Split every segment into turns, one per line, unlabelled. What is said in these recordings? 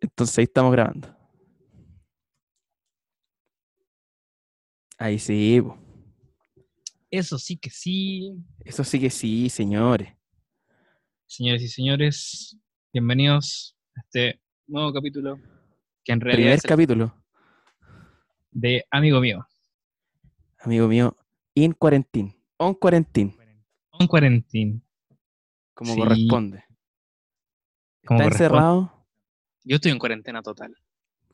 Entonces ahí estamos grabando. Ahí sí, po.
Eso sí que sí.
eso sí que sí, señores.
Señores y señores, bienvenidos a este nuevo capítulo que en realidad
Primer
es el
capítulo,
de Amigo Mío.
amigo mío, in quarantine, on quarantine,
Un cuarentín.
como
Sí,
corresponde.
como
¿Está
corresponde.
encerrado?
Yo estoy en cuarentena total.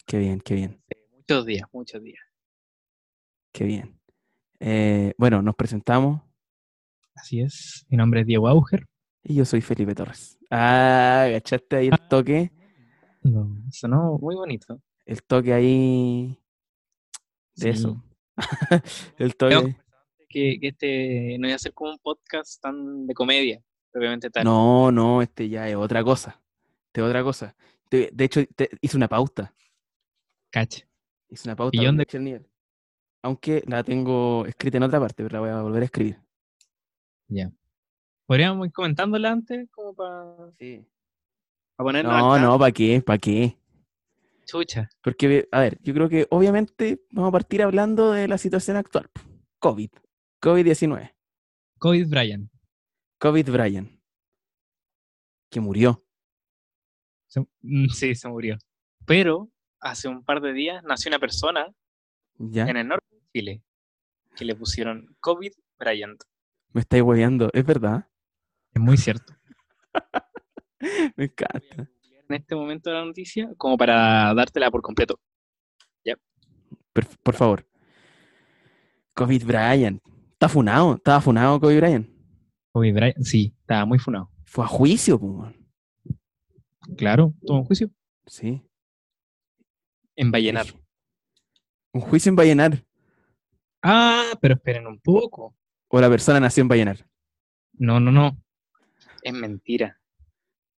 Qué bien, qué bien,
Muchos días, muchos días.
qué bien. Eh, bueno, nos presentamos
Así es. Mi nombre es Diego Auger.
y yo soy Felipe Torres. Ah, ¿cachaste ahí el toque?
No, sonó muy bonito.
El toque ahí de
Sí.
eso. el toque.
Que, que este no iba a ser como un podcast tan de comedia, obviamente tal.
No, no, este ya es otra cosa. Este es otra cosa. De, de hecho, te- hice una pauta.
Cacha.
Hice una pauta.
Guión
para
de-
caché el nivel. Aunque la tengo escrita en otra parte, pero la voy a volver a escribir.
Podríamos ir comentándola antes, como para
Sí.
ponernos
No,
al
no,
tanto.
¿para qué? ¿Para qué?
Chucha.
Porque, a ver, yo creo que obviamente vamos a partir hablando de la situación actual. po. COVID. COVID-19.
COVID Brian.
COVID Brian. Que murió.
Se- mm, sí, se murió. Pero hace un par de días nació una persona
¿Ya?
en el norte de Chile que le pusieron COVID Bryant.
Me estáis hueveando. Es verdad.
Es muy cierto.
Me encanta.
En este momento de la noticia, como para dártela por completo.
Por, por favor. COVID Brian. Está funado. Estaba funado COVID Brian.
COVID Bryant, sí, estaba muy funado.
Fue a juicio, po, weón.
Claro, tuvo un juicio.
Sí.
En Vallenar.
Dije, Un juicio en Vallenar.
Ah, pero esperen un poco.
O la persona nació en Vallenar.
No, no, no. Es mentira.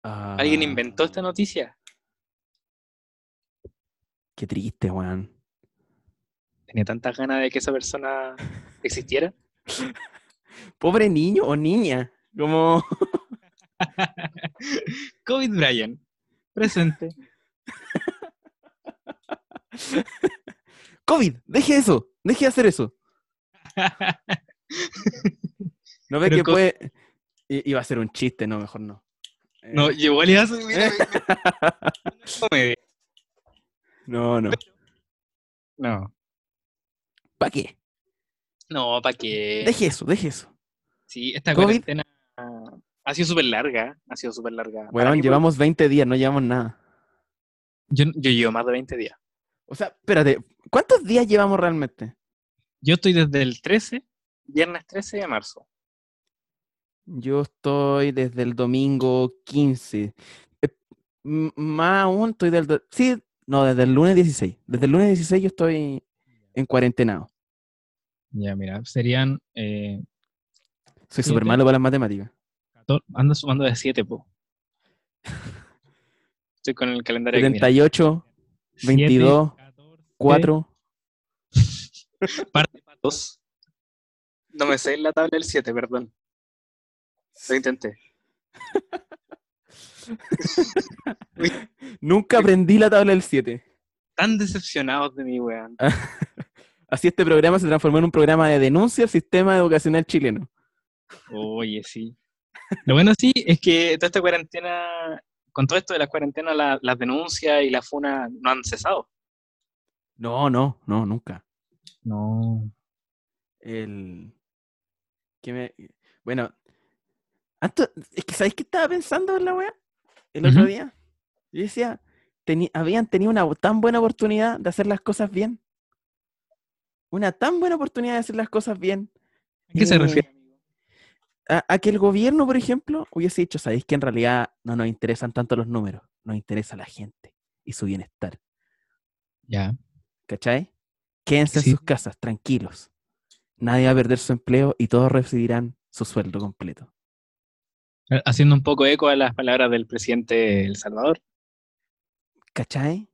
¿Alguien
Ah,
inventó esta noticia?
Qué triste, Juan.
Tenía tantas ganas de que esa persona existiera.
Pobre niño o niña. Como.
COVID Bryant, presente.
COVID, deje eso. Deje de hacer eso. No ve
Pero
que
co-
puede. I- Iba a ser un chiste, no, mejor no. Eh,
No, yo igual iba a subir. mira, me- una comedia.
no, no.
No,
¿Para qué?
no, ¿para qué?
Deje eso, deje eso.
Sí, esta
¿Covid?
cuarentena ah, ha sido súper larga. Ha sido súper larga. Para
Bueno,
mí, por-
llevamos 20 días, no llevamos nada.
Yo, yo llevo más de 20 días.
O sea, espérate, ¿cuántos días llevamos realmente?
Yo estoy desde el 13, viernes 13 de marzo.
Yo estoy desde el domingo 15. Eh, m- Más aún estoy del... do- Sí, no, desde el lunes 16. Desde el lunes 16 yo estoy en cuarentenado.
Ya, mira, serían. eh,
Soy
Siete.
súper malo para las matemáticas.
cator- ando sumando de 7, po. Estoy con el calendario aquí, mira.
78,
Siete,
22, 4.
2. No me sé la tabla del 7, perdón. Lo intenté.
Nunca aprendí la tabla del 7.
Tan decepcionados de mí, weón.
Así este programa se transformó en un programa de denuncia al sistema educacional chileno.
Oye, sí. Lo bueno sí es que toda esta cuarentena, con todo esto de la cuarentena, la- las denuncias y la funa no han cesado.
No, no, no, nunca.
No.
El... ¿Qué me... Bueno, anto- es que ¿sabéis qué estaba pensando en la wea el otro
Ujú.
día? Yo decía, teni- habían tenido una tan buena oportunidad de hacer las cosas bien. Una tan buena oportunidad de hacer las cosas bien.
¿A qué se
Eh,
refiere? amigo?
A, a que el gobierno, por ejemplo, hubiese dicho, ¿sabéis que en realidad no nos interesan tanto los números? Nos interesa la gente y su bienestar.
Ya.
¿Cachai? Quédense
Sí.
en sus casas, tranquilos. Nadie va a perder su empleo y todos recibirán su sueldo completo.
Ha- Haciendo un poco eco a las palabras del presidente El Salvador.
¿Cachai?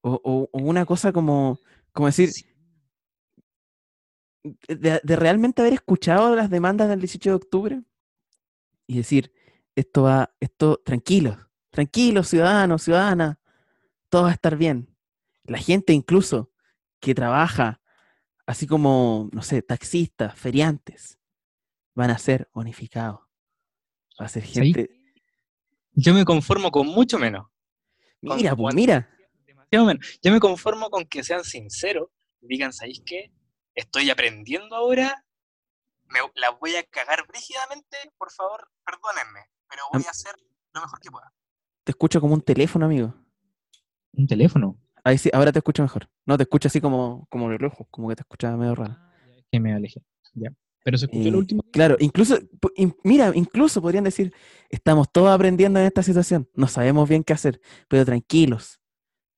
O, o- o una cosa como, como decir, eh,
Sí.
de, de realmente haber escuchado las demandas del 18 de octubre y decir, esto va, esto, tranquilos, tranquilos, ciudadanos, ciudadanas, todo va a estar bien. La gente incluso que trabaja, así como, no sé, taxistas, feriantes, van a ser bonificados. Va a ser gente...
Yo me conformo con mucho menos. Con
Mira, pues
cuatro-
mira.
demasiado menos. Yo me conformo con que sean sinceros y digan, ¿sabéis qué? Estoy aprendiendo ahora, me, la voy a cagar brígidamente, por favor, perdónenme, pero voy a hacer lo mejor que pueda.
Te escucho como un teléfono, amigo.
¿Un teléfono?
Ahí sí, ahora te escucho mejor. No, te escucho así como, como de lejos, como que te escuchaba medio
Ah,
raro.
Que me alejé, ya. Pero se escuchó
Eh,
lo último.
Claro, incluso, po- in- mira, incluso podrían decir, estamos todos aprendiendo en esta situación, no sabemos bien qué hacer, pero tranquilos,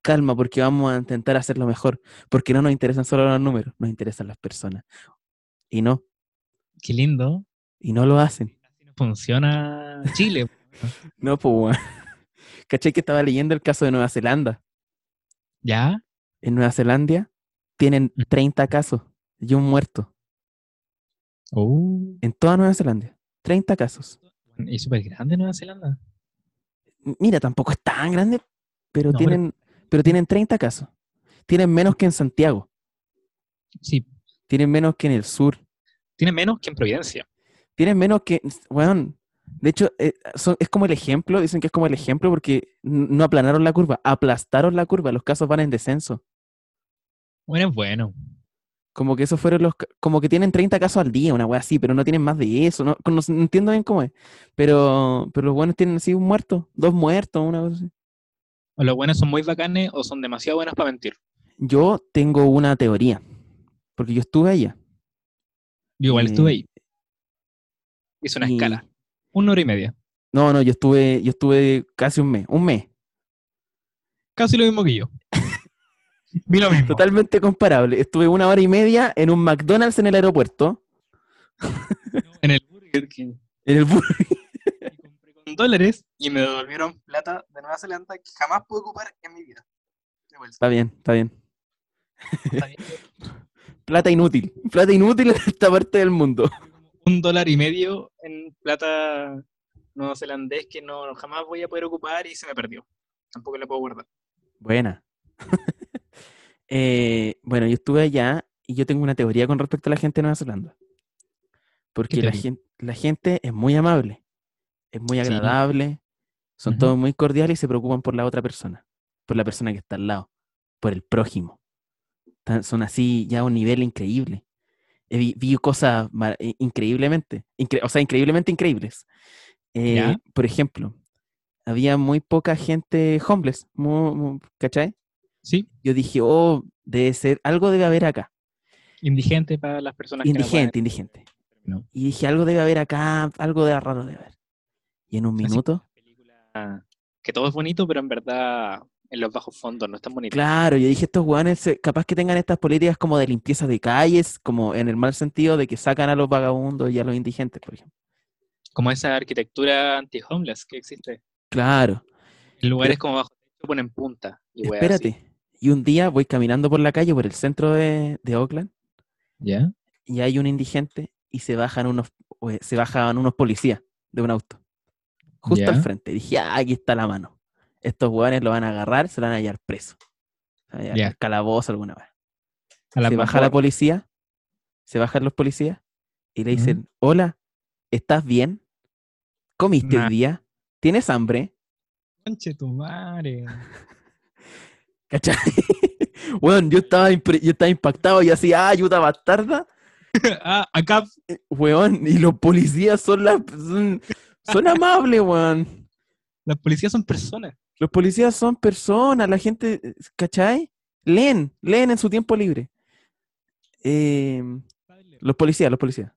calma, porque vamos a intentar hacerlo mejor, porque no nos interesan solo los números, nos interesan las personas. Y no,
Qué lindo.
y no lo hacen.
Funciona Chile.
No, pues, weón. Caché que estaba leyendo el caso de Nueva Zelanda.
¿Ya?
En Nueva Zelanda tienen 30 casos y un muerto. En toda Nueva Zelanda, 30 casos.
oh, Es súper grande Nueva Zelanda.
M- Mira, tampoco es tan grande, pero,
No, pero-
tienen, pero... tienen 30 casos. Tienen menos que en Santiago,
Sí.
tienen menos que en el sur,
Tiene menos que en Providencia.
tienen menos que... Weón, de hecho, eh, son- es como el ejemplo, dicen que es como el ejemplo porque n- no aplanaron la curva, aplastaron la curva, los casos van en descenso.
Bueno, es bueno.
Como que esos fueron los... ca- Como que tienen 30 casos al día, una weá así, pero no tienen más de eso, no, no, no entiendo bien cómo es. Pero, pero los buenos tienen así un muerto, dos muertos, una cosa así.
O los buenos son muy bacanes o son demasiado buenos para mentir.
Yo tengo una teoría, porque yo estuve allá.
Yo igual
Eh,
estuve ahí. Hice una
y-
escala. Una hora y media.
No, no, yo estuve, yo estuve casi un mes, un mes,
Casi lo mismo que yo. Vi lo mismo.
totalmente comparable. Estuve una hora y media en un McDonald's en el aeropuerto,
En el Burger King.
en el bus-
Y compré con dólares y me devolvieron plata de Nueva Zelanda que jamás pude ocupar en mi vida. De vuelta.
Está bien, está bien.
Está bien.
Plata inútil, plata inútil en esta parte del mundo.
un dólar y medio en plata neozelandés que no jamás voy a poder ocupar y se me perdió. Tampoco la puedo guardar.
Buena. Eh, bueno, yo estuve allá y yo tengo una teoría con respecto a la gente de Nueva Zelanda. Porque la
teoría?
gente, la gente es muy amable, es muy
Sí.
agradable, son
Ujú.
todos muy cordiales y se preocupan por la otra persona, por la persona que está al lado, por el prójimo. Tan- Son así ya a un nivel increíble. Eh, Vi, vi cosas mar- i- increíblemente, incre- o sea, increíblemente increíbles. Eh,
Ya.
por ejemplo, había muy poca gente homeless, mu- mu- ¿cachai?
Sí,
yo dije, oh, debe ser, algo debe haber acá.
indigente para las personas
Indigente,
que
indigente.
no pueden.
Y dije, algo debe haber acá, algo de raro debe haber. Y en un minuto,
Ah, que todo es bonito, pero en verdad en los bajos fondos no es tan bonito.
claro, yo dije, estos guanes capaz que tengan estas políticas como de limpieza de calles, como en el mal sentido de que sacan a los vagabundos y a los indigentes, por ejemplo.
Como esa arquitectura anti-homeless que existe.
Claro,
En lugares como bajo techo ponen punta. Y weas así.
espérate. Y un día voy caminando por la calle, por el centro de, de Oakland,
¿Ya?
y hay un indigente y se bajan unos, eh, se bajan unos policías de un auto. Justo al
Ya.
frente. Dije, ah, aquí está la mano. Estos hueones lo van a agarrar, se lo van a hallar preso. Se van a hallar
Ya.
al calabozo alguna vez.
A la
se baja la
Papua-
policía, se bajan los policías y le
Ujú.
dicen, hola, ¿estás bien? ¿Comiste
Nah.
hoy día? ¿Tienes hambre?
Conche tu madre.
¿Cachai? Weón, yo estaba, impre- yo estaba impactado y así, ah, ayuda bastarda.
ah, acá.
Eh, Weón, y los policías son las son, son amables, weón.
Las policías son personas.
Los policías son personas, la gente, eh, ¿cachai? Leen, leen en su tiempo libre. Eh, los policías, los policías.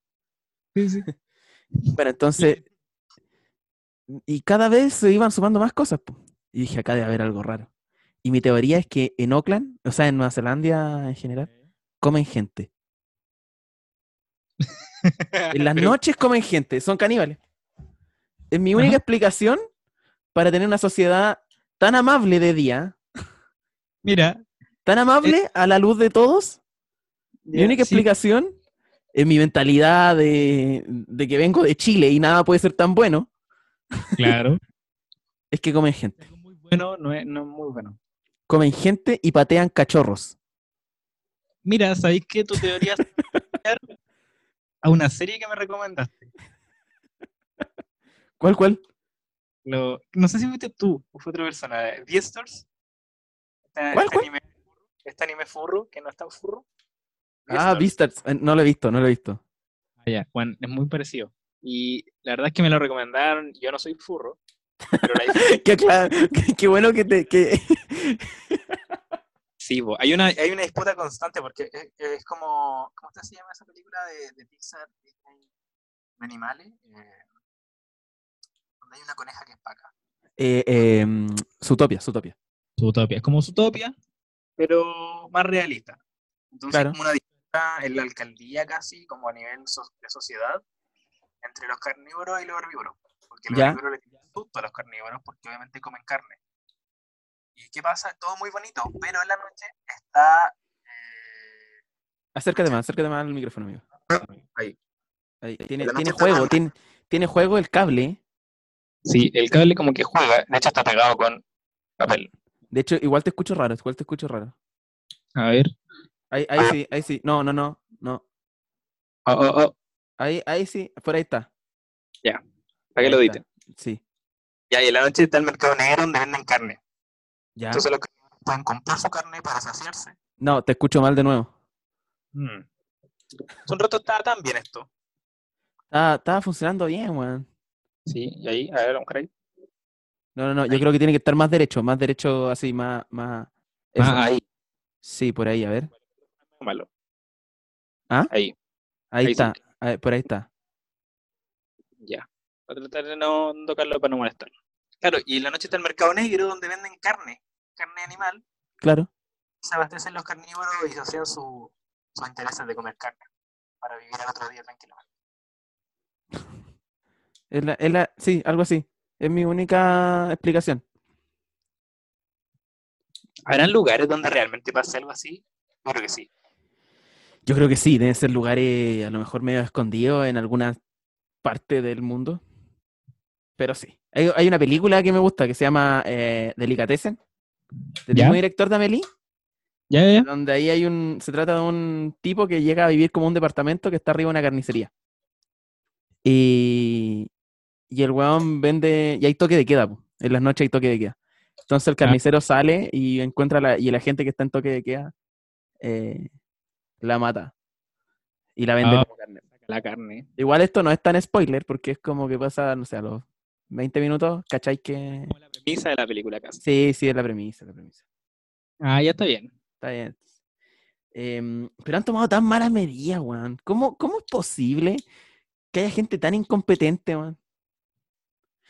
Sí, sí.
Bueno, entonces, y cada vez se iban sumando más cosas. po. Y dije, acá debe haber algo raro. Y mi teoría es que en Auckland, o sea, en Nueva Zelanda en general, comen gente. En las
Pero-
noches comen gente, son caníbales. Es mi única explicación para tener una sociedad tan amable de día,
Mira.
tan amable a la luz de todos. Mi única
Eh, sí,
explicación es mi mentalidad de, de que vengo de Chile y nada puede ser tan bueno,
Claro.
es que comen gente.
Algo muy bueno no es, no es muy bueno.
comen gente y patean cachorros.
Mira, ¿sabéis que tu teoría se va a aplicar a una serie que me recomendaste?
¿Cuál, cuál?
Lo- no sé si fuiste tú o fue otra persona. eh, Beastars. Este,
¿Cuál,
este
cuál?
anime, este anime furro, que no es tan furro.
Ah,
Beastars.
Beastars. Eh, No lo he visto, no lo he visto.
Ah, ya, Juan, es muy parecido. Y la verdad es que me lo recomendaron, yo no soy furro, pero la diferencia-
Qué, cla- qué- qué bueno que te... que-
sí, bo, hay una, hay una disputa constante porque es, es como, ¿cómo se llama esa película de, de Pixar Disney, de animales? Eh, donde hay una coneja que es paca.
Eh, eh, mm, Zootopia, Zootopia.
Zootopia, es como Zootopia, pero más realista. Entonces,
Claro.
como una disputa en la alcaldía casi, como a nivel so- de sociedad, entre los carnívoros y los herbívoros. Porque los
Ya.
herbívoros les tienen susto a los carnívoros porque obviamente comen carne. ¿Y qué pasa? Todo muy bonito, pero en la noche está. eh,
Acércate más, acércate más al micrófono, amigo.
Ahí.
Ahí, Tiene,
la noche
tiene
está
juego,
mal.
tiene, tiene juego el cable. ¿eh?
Sí, el cable como que juega, de hecho está pegado con papel.
De hecho, igual te escucho raro, igual te escucho raro.
A ver.
Ahí, ahí sí, ahí sí. No, no, no, no.
Oh, oh, oh,
Ahí, ahí sí, por ahí está.
para que
Ahí
lo
está.
edite.
Sí.
Ya, y en la noche está el mercado negro donde venden carne.
Ya.
Entonces los carnívoros pueden comprar su carne para saciarse.
No, te escucho mal de nuevo.
Mm. Hace un rato estaba tan bien esto.
Ah, estaba funcionando bien, weón.
Sí, y ahí, a ver, vamos ahí.
No, no, no. Yo
Ahí.
creo que tiene que estar más derecho, más derecho así, más, más. eso.
Ah, ahí,
Sí, por ahí, a ver.
malo.
¿Ah?
Ahí,
Ahí,
Ahí sí.
está. ahí- por ahí está.
ya. Voy a tratar de no no tocarlo para no molestar. Claro, y en la noche está el mercado negro donde venden carne, carne animal.
Claro.
Se abastecen los carnívoros y se hacen su, sus intereses de comer carne para vivir al otro día tranquilamente.
Es la, es la, sí, algo así. Es mi única explicación.
¿Habrán lugares donde realmente pase algo así? Yo creo que sí.
Yo creo que sí, deben ser lugares a lo mejor medio escondidos en alguna parte del mundo. Pero sí. Hay, hay una película que me gusta que se llama eh, Delicatessen, del
¿Ya?
mismo director de Amelie,
Ya, ya,
donde ahí hay un, se trata de un tipo que llega a vivir como un departamento que está arriba de una carnicería. Y, y el weón vende, y hay toque de queda, po. en las noches hay toque de queda. Entonces el carnicero sale y encuentra a la, y la gente que está en toque de queda eh, la mata. Y la vende
Ah.
como carne.
La carne.
Igual esto no es tan spoiler porque es como que pasa, no sé, a los 20 minutos, ¿cachai? Que...
Como la premisa de la película casi.
Sí, sí, es la premisa, la premisa.
Ah, ya está bien.
Está bien. Em, pero han tomado tan malas medidas, weón. ¿Cómo, ¿Cómo es posible que haya gente tan incompetente, weón?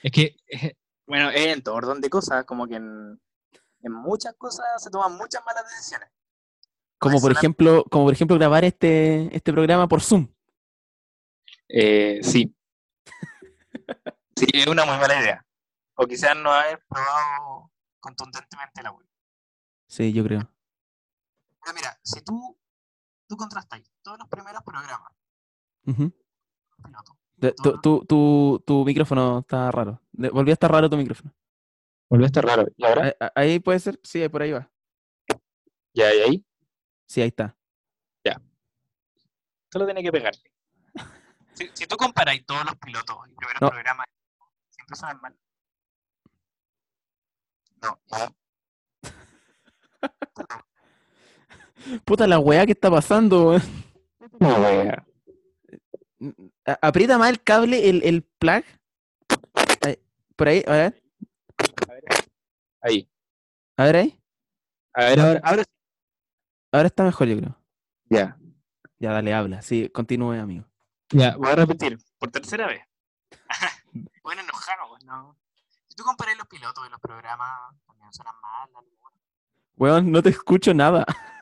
Es que, eh, bueno, es en todo orden de cosas, como que en, en muchas cosas se toman muchas malas decisiones.
Como por
Personal-
ejemplo, como por ejemplo grabar este, este programa por Zoom.
Eh, sí. sí, es una muy mala idea. O quizás no haber probado contundentemente la web.
Sí, yo creo.
Pero Ah, mira, si tú, tú contrastas todos los primeros programas,
Ujú.
piloto.
De- Tu, tu, tu, tu micrófono está raro. De- Volvió a estar raro tu micrófono.
Volvió a estar raro. ¿Y ahora?
Ahí, ah, ahí puede ser. Sí, ahí por ahí va.
Ya, y ahí.
Sí, ahí está.
Solo tiene que pegarte. Si, si tú comparáis todos los pilotos y primeros
No.
programas, siempre suenan mal. No, ya.
Puta la weá que está pasando, weón.
No, wea.
A- Aprieta más el cable, el, el plug. Ahí, por ahí, a ver,
Ahí.
a ver ahí.
A ver, ahora, ahora sí.
Ahora está mejor, yo creo.
Ya,
Ya, dale, habla. Sí, continúe, amigo.
ya, voy a repetir. Por tercera vez. bueno, enojados, ¿no? Si tú comparas los pilotos de los programas, también suenan mal.
Weón, no te escucho nada.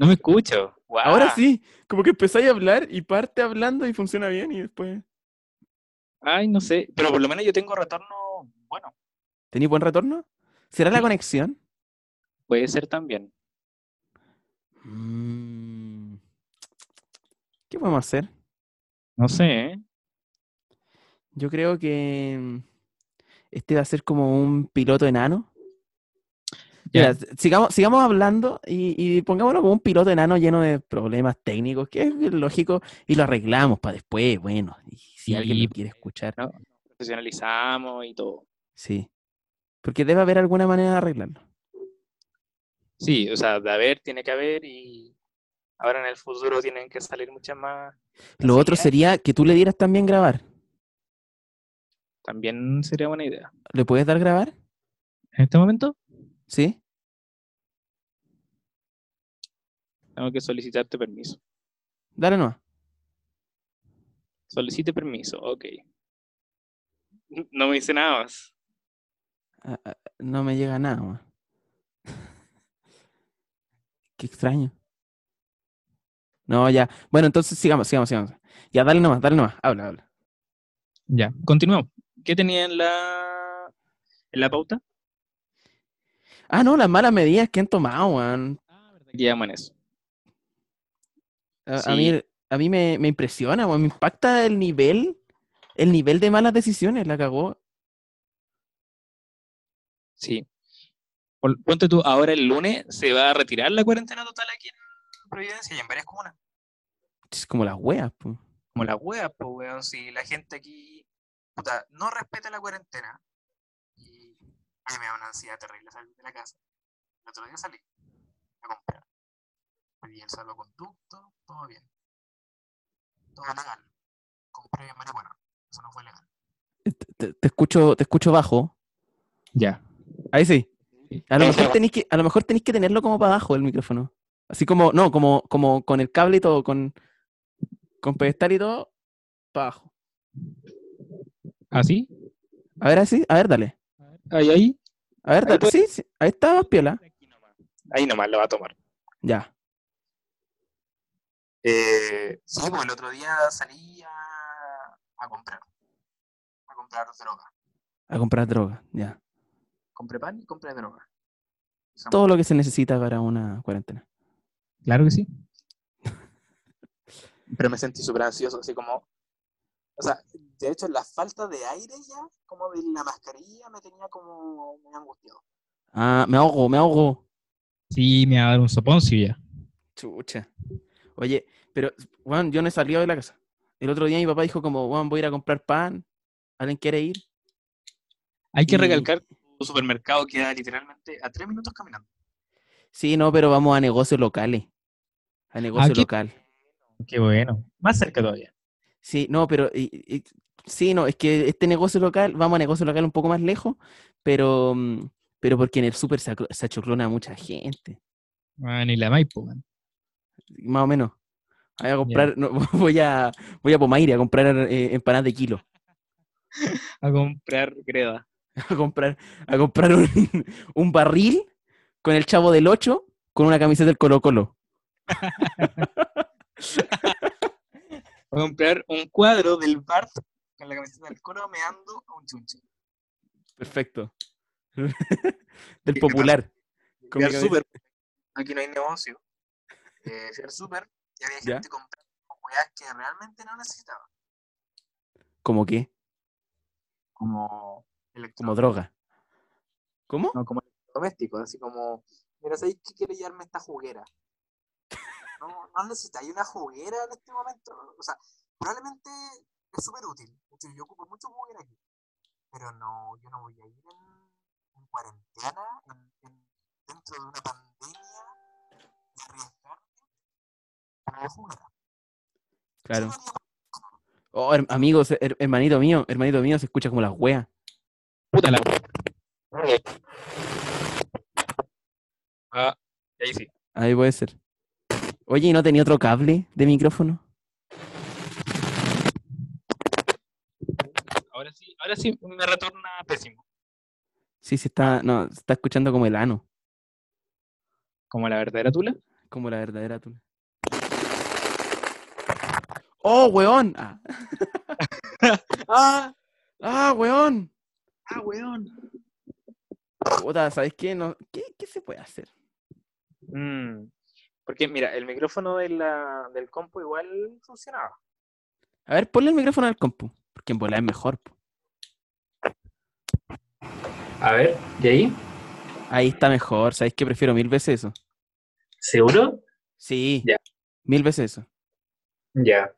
No me escucho. Ah.
Ahora sí, como que empezáis a hablar y parte hablando y funciona bien y después.
Ay, no sé. Pero por lo menos yo tengo retorno bueno.
¿Tení buen retorno? ¿Será la
Sí.
conexión?
Puede ser también.
Mm. ¿Qué podemos hacer?
No sé, ¿eh?
Yo creo que mm, este va a ser como un piloto enano. Mira, sigamos, sigamos hablando y, y pongámonos como un piloto enano lleno de problemas técnicos, que es lógico, y lo arreglamos para después, bueno, y si alguien
Sí.
lo quiere escuchar,
No. Profesionalizamos y todo.
sí. Porque debe haber alguna manera de arreglarlo.
Sí, o sea, de haber, tiene que haber y ahora en el futuro tienen que salir muchas más.
Lo
Así
otro
que
sería que tú le dieras también grabar.
También sería buena idea.
¿Le puedes dar grabar?
En este momento
¿Sí?
Tengo que solicitarte permiso.
Dale nomás.
Solicite permiso, ok. No me dice nada más.
Ah, ah, No me llega nada más. Qué extraño. No, ya. Bueno, entonces sigamos, sigamos, sigamos. Ya, dale nomás, dale nomás. Habla, habla.
ya. Continuamos.
¿Qué tenía en la, en la pauta?
Ah, no, las malas medidas que han tomado, weón.
Ah, Llegamos en eso.
A, a
Sí.
mí, a mí me, me impresiona, weón. Me impacta el nivel, el nivel de malas decisiones, la cagó.
Sí. Pon- Ponte tú, ahora el lunes se va a retirar la cuarentena total aquí en Providencia y en varias comunas.
Es como las weas, po.
Como la wea, pues, weón. Si la gente aquí puta, no respeta la cuarentena. Y a mí me da una ansiedad terrible salir de la casa. El otro día salí a comprar. Pedí el salvoconducto, todo bien. Todo legal. Compré marihuana. Eso no fue legal.
Te, te escucho, te escucho bajo.
Ya.
Ahí sí. A lo
Ahí
mejor
está.
tenéis que, a lo mejor tenéis que tenerlo como para abajo el micrófono. Así como, no, como, como con el cable y todo, con, con pedestal y todo, para abajo.
¿Así?
A ver, así, a ver, dale.
¿Ah, Ahí, ahí.
A ver,
Ahí
dale.
puede-
Sí, sí, ahí está más piola.
Ahí nomás lo va a tomar.
Ya.
Eh, sí, pues el otro día salí a, a comprar. A comprar droga.
A comprar droga, ya.
Compré pan y compré droga. Esa
Todo lo que se necesita para una cuarentena.
Claro que sí.
pero me sentí súper ansioso, así como... O sea, de hecho, la falta de aire ya, como de la mascarilla, me tenía como muy angustiado.
Ah, me ahogo, me ahogo.
Sí, me va a dar un soponcio ya.
Chucha. Oye, pero, Juan, yo no he salido de la casa. El otro día mi papá dijo como, Juan, voy a ir a comprar pan. ¿Alguien quiere ir?
Hay que
Y-
recalcar.
Tu supermercado queda literalmente a tres minutos caminando.
Sí, no, pero vamos a negocios locales. A negocio
qué-
local.
Qué bueno.
Más cerca todavía.
Sí, no, pero y- y- sí, no, es que este negocio local, vamos a negocio local un poco más lejos, pero, mm, pero porque en el súper se, acro- se achoclona mucha gente,
Ah, ni la Maipo, man.
más o menos. Voy a comprar, no, voy a, voy a Pomaire a comprar eh, empanadas de kilo,
A comprar greda.
a comprar, a comprar un, un barril con el chavo del 8 con una camiseta del Colo Colo.
Voy a comprar un cuadro del Bart con la camiseta del coro meando a un chunche.
Perfecto.
¿Qué
del
pasa?
popular.
Fui al
Cómicamente.
súper. Aquí no hay negocio. Eh, fui al súper y había
Ya.
gente comprando weas que realmente no necesitaba.
¿Como qué?
Como
Como droga. ¿Cómo?
No, como electrodomésticos, así como, mira, ¿sabéis qué quiere llevarme esta juguera? No, no necesitáis una juguera en este momento. O sea, probablemente es súper útil. De hecho, yo ocupo mucho juguera aquí. Pero no, yo no voy a ir en, en cuarentena, en- en- dentro de una pandemia, y arriesgarme por una juguera.
Claro.
Yo diría,
Oh, her- amigos, her- hermanito mío, hermanito mío, se escucha como las weas.
Puta la.
Ah, ahí sí.
Ahí puede ser. Oye, ¿y no tenía otro cable de micrófono?
Ahora sí, ahora sí me retorna pésimo.
Sí, sí está, no, se está escuchando como el ano,
Como la verdadera tula.
como la verdadera tula. ¡Oh, weón! Ah,
Ah,
¡Ah, weón!
ah, weón.
Puta, ¿sabes qué? No, ¿qué, qué se puede hacer?
Mm, Porque mira, el micrófono de la, del compu igual funcionaba.
A ver, ponle el micrófono al compu, porque en volar es mejor. po.
A ver, ¿y ahí?
Ahí está mejor, ¿sabéis que prefiero mil veces eso?
¿Seguro?
Sí,
Ya.
mil veces eso.
Ya.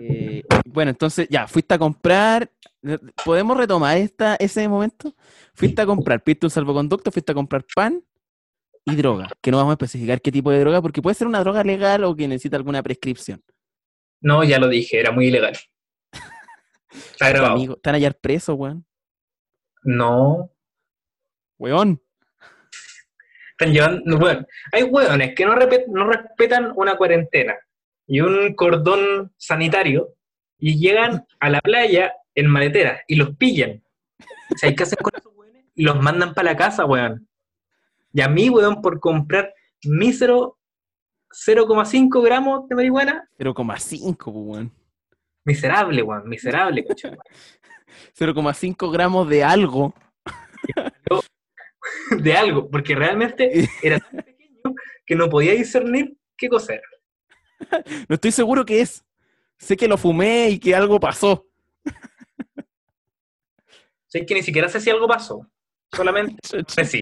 Eh, bueno, entonces ya, fuiste a comprar. eh, ¿Podemos retomar esta, ese momento? Fuiste a comprar, piste un salvoconducto, fuiste a comprar pan y droga. Que no vamos a especificar qué tipo de droga, porque puede ser una droga legal o que necesita alguna prescripción.
No, ya lo dije, era muy ilegal. Está grabado.
Amigo, están allá presos, weón.
No.
Weón.
Están llevando. Bueno, hay hueones que no, repe- no respetan una cuarentena y un cordón sanitario y llegan a la playa en maletera y los pillan. O sea, ¿qué hacen con esos hueones? Los mandan para la casa, weón. Y a mí, weón, por comprar mísero 0,5 gramos de marihuana,
0,5, po, weón.
miserable, weón, miserable, cacho.
0,5 gramos de algo.
de algo, porque realmente era tan pequeño que no podía discernir qué cosa era.
No estoy seguro que es. Sé que lo fumé y que algo pasó.
O sea, es que ni siquiera sé si algo pasó. Solamente sé si.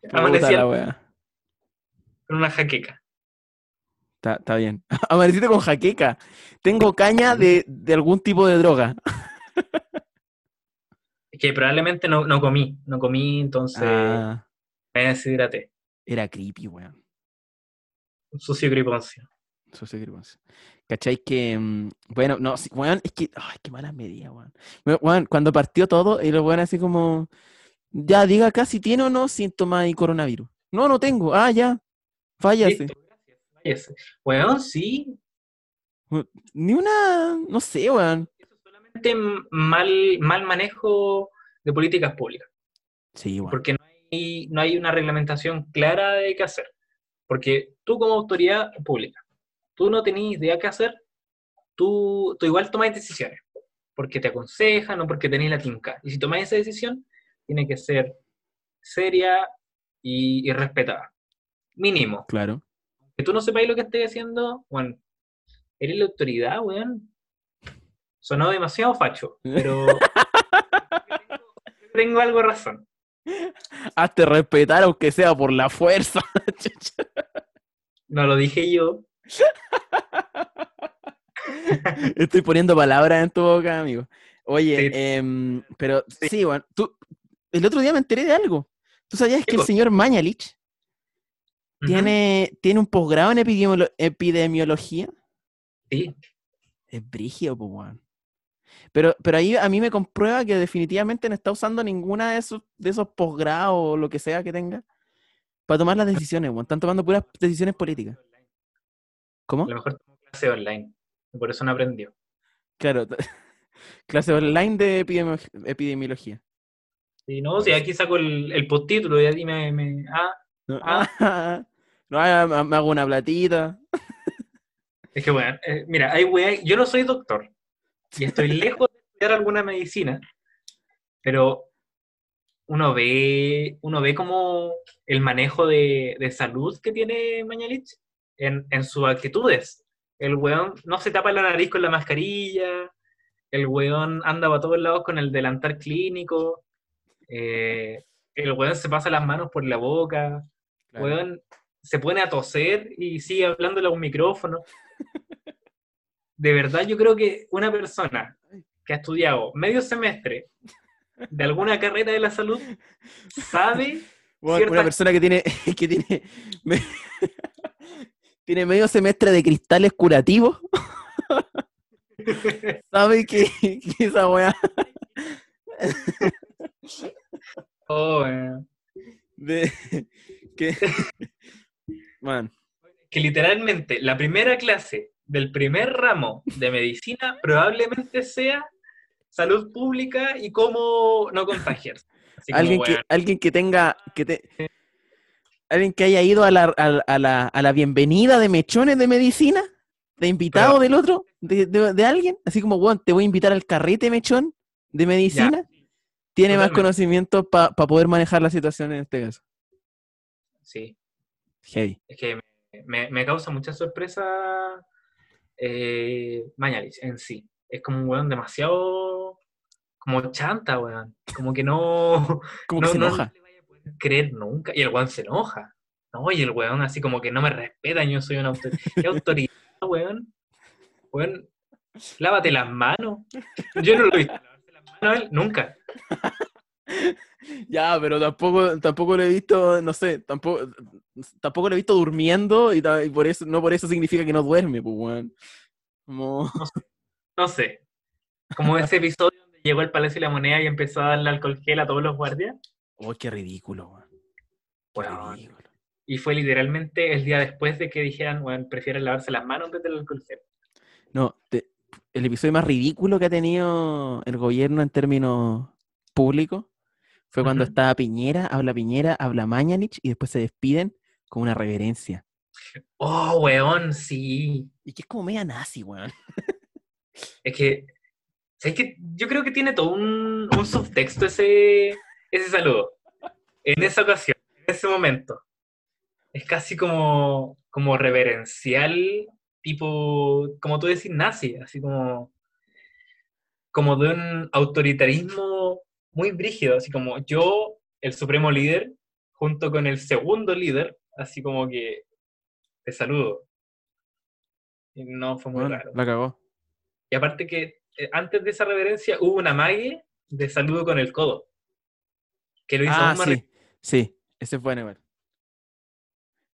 Puta la
Amanecía
weá.
con una jaqueca.
Está, está bien. Amaneciste con jaqueca. Tengo caña de, de algún tipo de droga.
Es que probablemente no, no comí. No comí, entonces
Ah,
me deshidraté.
era creepy, weón.
Un Sucio griponcio.
Eso sí que lo pasa. ¿Cachai? Que, mm, bueno, no, sí, weón, es que, ay, qué malas medidas, weón. Me- Weón, cuando partió todo, y los weón así como, ya, diga acá si tiene o no síntomas de coronavirus. No, no tengo. Ah, ya. Fállase.
Listo, gracias. Váyase. Weón, sí.
Ni una, no sé, weón.
Eso es solamente m- mal, mal manejo de políticas públicas.
Sí, weón.
Porque no hay, no hay una reglamentación clara de qué hacer. Porque tú como autoridad pública, tú no tenés idea qué hacer, tú, tú igual tomás decisiones. Porque te aconsejan o porque tenés la tinca. Y si tomás esa decisión, tiene que ser seria y, y respetada. Mínimo.
Claro.
Que tú no sepáis lo que estés haciendo, bueno, eres la autoridad, weón. Sonó demasiado facho, pero tengo, tengo algo de razón.
Hazte respetar, aunque sea por la fuerza. Chucha.
No lo dije yo.
Estoy poniendo palabras en tu boca, amigo. Oye,
Sí.
em, pero sí, bueno, tú, el otro día me enteré de algo. ¿Tú sabías que el
po.
señor Mañalich tiene, tiene un posgrado en epidemiolo- epidemiología?
Sí,
Es brígido, pues, weón. Pero, pero ahí a mí me comprueba que definitivamente no está usando ninguna de esos, de esos posgrados o lo que sea que tenga para tomar las decisiones, weón. Están tomando puras decisiones políticas.
a
¿Cómo?
lo mejor tomó clase online. y por eso no aprendió.
Claro. t- Clase online de epidemiolog- epidemiología.
Sí, no, si aquí saco el, el postítulo y a ti me, me- Ah,
No,
Ah.
no, ah, me- me hago una platita.
es que bueno, eh, mira, hay weá- yo no soy doctor y estoy lejos de estudiar alguna medicina, pero uno ve, uno ve como el manejo de, de salud que tiene Mañalich en, en sus actitudes. El weón no se tapa la nariz con la mascarilla, el weón anda para todos lados con el delantal clínico, eh, el weón se pasa las manos por la boca,
Claro.
weón se pone a toser y sigue hablándole a un micrófono. De verdad, yo creo que una persona que ha estudiado medio semestre de alguna carrera de la salud sabe
Bueno, una
ciertas-
persona que tiene, que tiene, me- tiene medio semestre de cristales curativos, sabe que, que esa weá
Oh, eh,
de que bueno,
que literalmente la primera clase del primer ramo de medicina probablemente sea salud pública y cómo no contagiarse. Así como,
alguien
weón,
que, alguien que tenga, que te- alguien que haya ido a la, a, la- a la, a la bienvenida de mechones de medicina, de invitado del otro, de, de- de alguien, así como bueno, te voy a invitar al carrete mechón de medicina, tiene más
Totalmente.
conocimiento para poder manejar la situación en este caso.
Sí,
Heavy.
es que me- me, me causa mucha sorpresa eh, Mañalich en sí. Es como un weón demasiado como chanta, weón. Como que no.
Como
no,
que se
no
enoja.
le vaya a poder creer nunca. Y el weón se enoja. No, y el weón así como que no me respetan, yo soy una autoridad. ¿Qué autoridad, weón? Weón, lávate las manos. Yo no lo he visto. lavarse las manos a él, Nunca.
Ya, pero tampoco, tampoco lo he visto, no sé, tampoco, tampoco lo he visto durmiendo y, ta- y por eso, no por eso significa que no duerme, pues, weón. Como,
No sé. Como ese episodio donde llegó al Palacio de la Moneda y empezó a darle alcohol gel a todos los guardias.
oh, qué ridículo, weón. qué
Weón,
ridículo.
Y fue literalmente el día después de que dijeran, weón, prefieren lavarse las manos antes del alcohol gel.
No, te- el episodio más ridículo que ha tenido el gobierno en términos públicos fue cuando
Ujú.
estaba Piñera, habla Piñera, habla Mañanich y después se despiden con una reverencia.
Oh, weón, sí.
Y que es como media nazi, weón.
Es que, ¿sabes qué? Yo creo que tiene todo un, un subtexto ese, ese saludo. En esa ocasión, en ese momento. Es casi como, como reverencial, tipo, como tú decís, nazi, así como, como de un autoritarismo muy brígido, así como yo, el supremo líder, junto con el segundo líder, así como que te saludo. Y no fue muy
Weón,
raro.
la cagó.
Y aparte que eh, antes de esa reverencia hubo una mague de saludo con el codo. Que lo hizo
Ah,
aún más
sí,
ri-
sí, ese es bueno igual.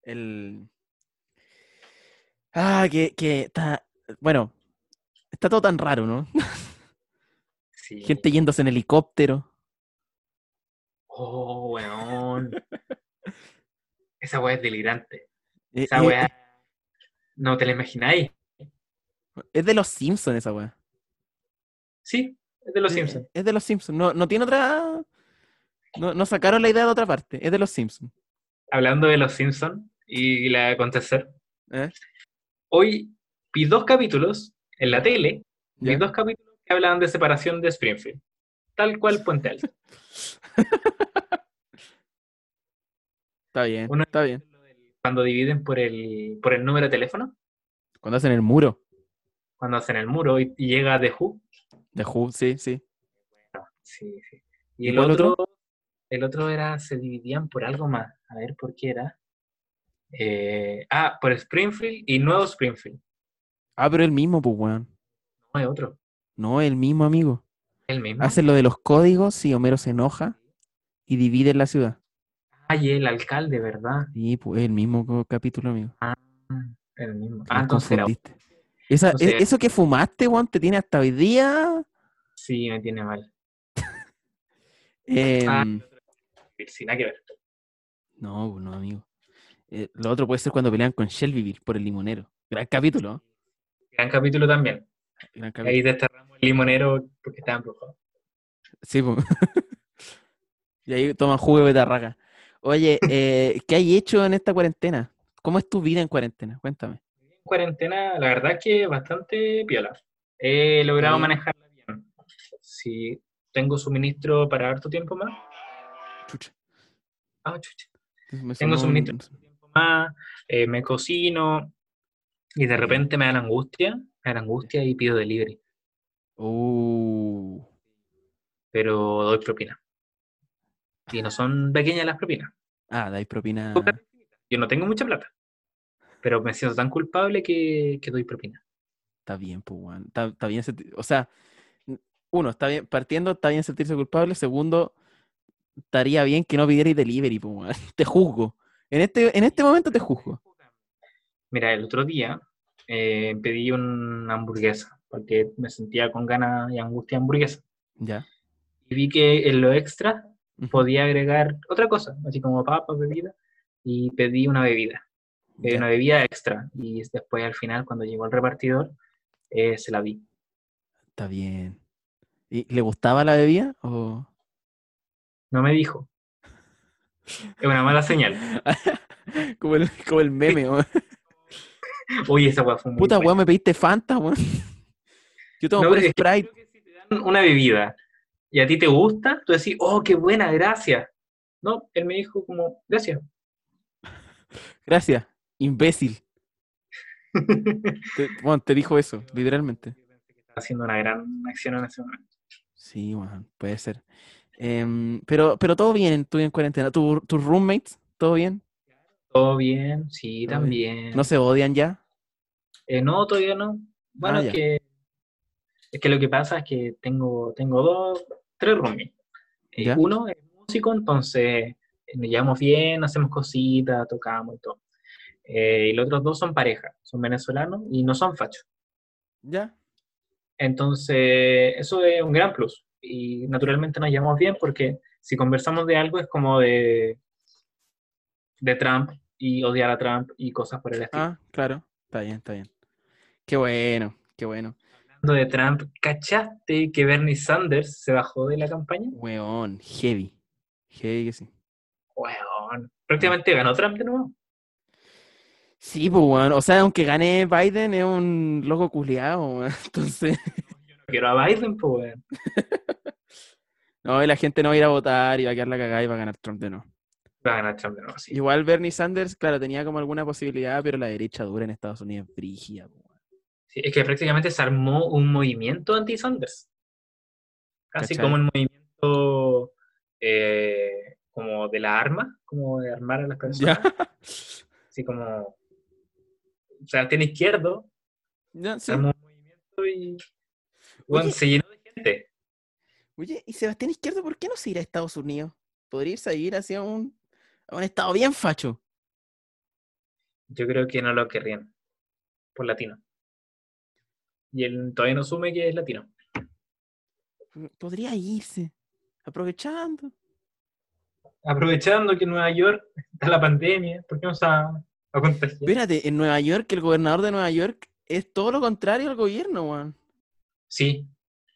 El... Ah, que, que está... Bueno, está todo tan raro, ¿no?
Sí.
Gente yéndose en helicóptero.
Oh, weón. Esa weá es delirante.
Eh,
Esa
eh,
weá. No te la imagináis.
es de los Simpsons esa weá.
Sí, es de los
Eh,
Simpsons.
Es de los Simpsons. No, no tiene otra. No, no sacaron la idea de otra parte. Es de los Simpsons.
Hablando de los Simpsons y la acontecer.
¿Eh?
Hoy vi dos capítulos en la tele. Vi
¿Ya?
dos capítulos que hablaban de separación de Springfield. Tal cual Puente Alto.
Está bien.
Uno-
Está bien.
Cuando dividen por el, por el número de teléfono.
Cuando hacen el muro
cuando hacen el muro y, y llega The Who. Ah,
de Who, sí, sí.
Sí, sí.
¿Y
Y el
cuál
otro,
otro?
el otro era, se dividían por algo más. A ver por qué era. Eh, ah, por Springfield y Nuevo Springfield.
Ah, pero el mismo, pues, weón.
No hay otro.
No, el mismo amigo.
El mismo.
Hacen lo de los códigos, sí, Homero se enoja y divide la ciudad.
Ah, y el alcalde, ¿verdad?
Sí, pues el mismo co- capítulo, amigo.
El mismo.
Te
Ah, entonces era-
confundiste. Esa-
entonces
e-
era-
Eso que fumaste, weón, te tiene hasta hoy día.
Sí, me tiene mal.
em,
Ah. Sin nada que ver.
No, pues, no, amigo. Eh, lo otro puede ser cuando pelean con Shelbyville por el limonero. Gran capítulo, ¿eh?
Gran capítulo también.
Gran capítulo.
Ahí desterramos el limonero porque estaba embrujado.
Sí, po. Y ahí toman jugo de betarraca. Oye, eh, ¿qué hay hecho en esta cuarentena? ¿Cómo es tu vida en cuarentena? Cuéntame.
En cuarentena, la verdad que bastante piola. He logrado
Sí.
manejarla bien. Sí, tengo suministro para harto tiempo más.
Chucha.
Ah, chucha.
Me
Tengo
sonó
suministro
un-
tiempo más, eh, me cocino y de repente me da la angustia, me da la angustia y pido delivery,
Uh,
pero doy propina. Y no son pequeñas las propinas.
Ah, dais propina.
Yo no tengo mucha plata, pero me siento tan culpable que, que doy propina.
Está bien, pues, weón. Está, está bien. sentir- O sea, n- uno, está bien. Partiendo, está bien sentirse culpable. Segundo, estaría bien que no pidierais delivery, pues, weón. Te juzgo. En este, en este momento te juzgo.
Mira, el otro día eh, pedí una hamburguesa porque me sentía con ganas y angustia de hamburguesa.
Ya.
Y vi que en lo extra
Ujú.
podía agregar otra cosa, así como papas, bebida, y pedí una bebida. eh,
Ya.
una bebida extra. Y después al final, cuando llegó el repartidor, eh, se la di.
Está bien. ¿Y le gustaba la bebida? O...
No me dijo. Es una mala señal.
como, el, como el meme, weón.
Oye, esa weá fue muy
Puta,
buena.
weón, me pediste Fanta, weón. Yo tomo
No,
pura
pero es que
Sprite.
creo que si te dan Una bebida. Y a ti te gusta, tú decís, oh, qué buena, gracias. No, él me dijo como, gracias.
Gracias, imbécil. Te, weón, te dijo eso, literalmente.
Haciendo una gran acción en ese momento.
Sí, weón, puede ser. Em, pero, pero todo bien, tú en cuarentena. ¿Tu- ¿Tus roommates? ¿Todo bien?
Todo bien, sí,
Todo
también.
¿No se odian ya?
Eh, no, todavía no. Bueno,
Ah, ya.
es, que, es que lo que pasa es que tengo, tengo dos, tres roomies. Eh,
Ya.
uno es músico, entonces eh, nos llevamos bien, hacemos cositas, tocamos y todo. Eh, y los otros dos son pareja, son venezolanos y no son fachos.
¿Ya?
Entonces, eso es un gran plus. Y naturalmente nos llevamos bien porque si conversamos de algo es como de, de Trump y odiar a Trump y cosas por el estilo.
Ah, claro. Está bien, está bien. Qué bueno, qué bueno.
Hablando de Trump, ¿cachaste que Bernie Sanders se bajó de la campaña?
Weón, heavy. Heavy que sí.
Weón. Prácticamente ganó Trump de nuevo.
Sí, pues, weón. O sea, aunque gane Biden, es un loco culiado, weón. Entonces,
Quiero a Biden, pues, weón.
no, y la gente no va a ir a votar y va a quedar la cagada y va a ganar Trump de no.
Va a ganar Trump de nuevo, sí.
Igual Bernie Sanders, claro, tenía como alguna posibilidad, pero la derecha dura en Estados Unidos es brígida, po, weón.
Sí, Es que prácticamente se armó un movimiento anti-Sanders. Casi
¿Cachai?
como el movimiento eh, como de la arma, como de armar a las personas.
Ya.
Así como. O sea, tiene izquierdo,
Ya,
se
sí.
armó un movimiento y. Bueno,
Oye.
se llenó de gente.
Oye, ¿y Sebastián Izquierdo por qué no se irá a Estados Unidos? Podría irse a ir hacia un, a un estado bien facho.
Yo creo que no lo querrían. Por latino. Y él todavía no asume que es latino.
Podría irse. Aprovechando.
Aprovechando que en Nueva York está la pandemia, ¿por qué no se ha ha contagiado?
Espérate, en Nueva York, el gobernador de Nueva York es todo lo contrario al gobierno, weón.
Sí,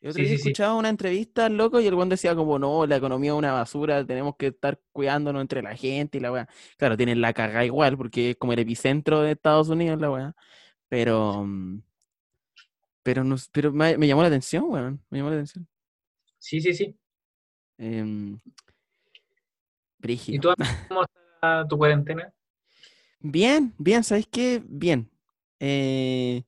Yo otro
Sí,
día
sí, sí.
escuchaba una entrevista al loco y el weón decía como, no, la economía es una basura, tenemos que estar cuidándonos entre la gente y la weá. Claro, tienen la cagada igual, porque es como el epicentro de Estados Unidos, la weá. Pero, mm, pero, no, s- pero me, me llamó la atención, weón. Me llamó la atención.
sí, sí, sí.
Em,
¿Y
brígido.
tú cómo está tu cuarentena?
Bien, bien, ¿sabes qué? Bien. Eh,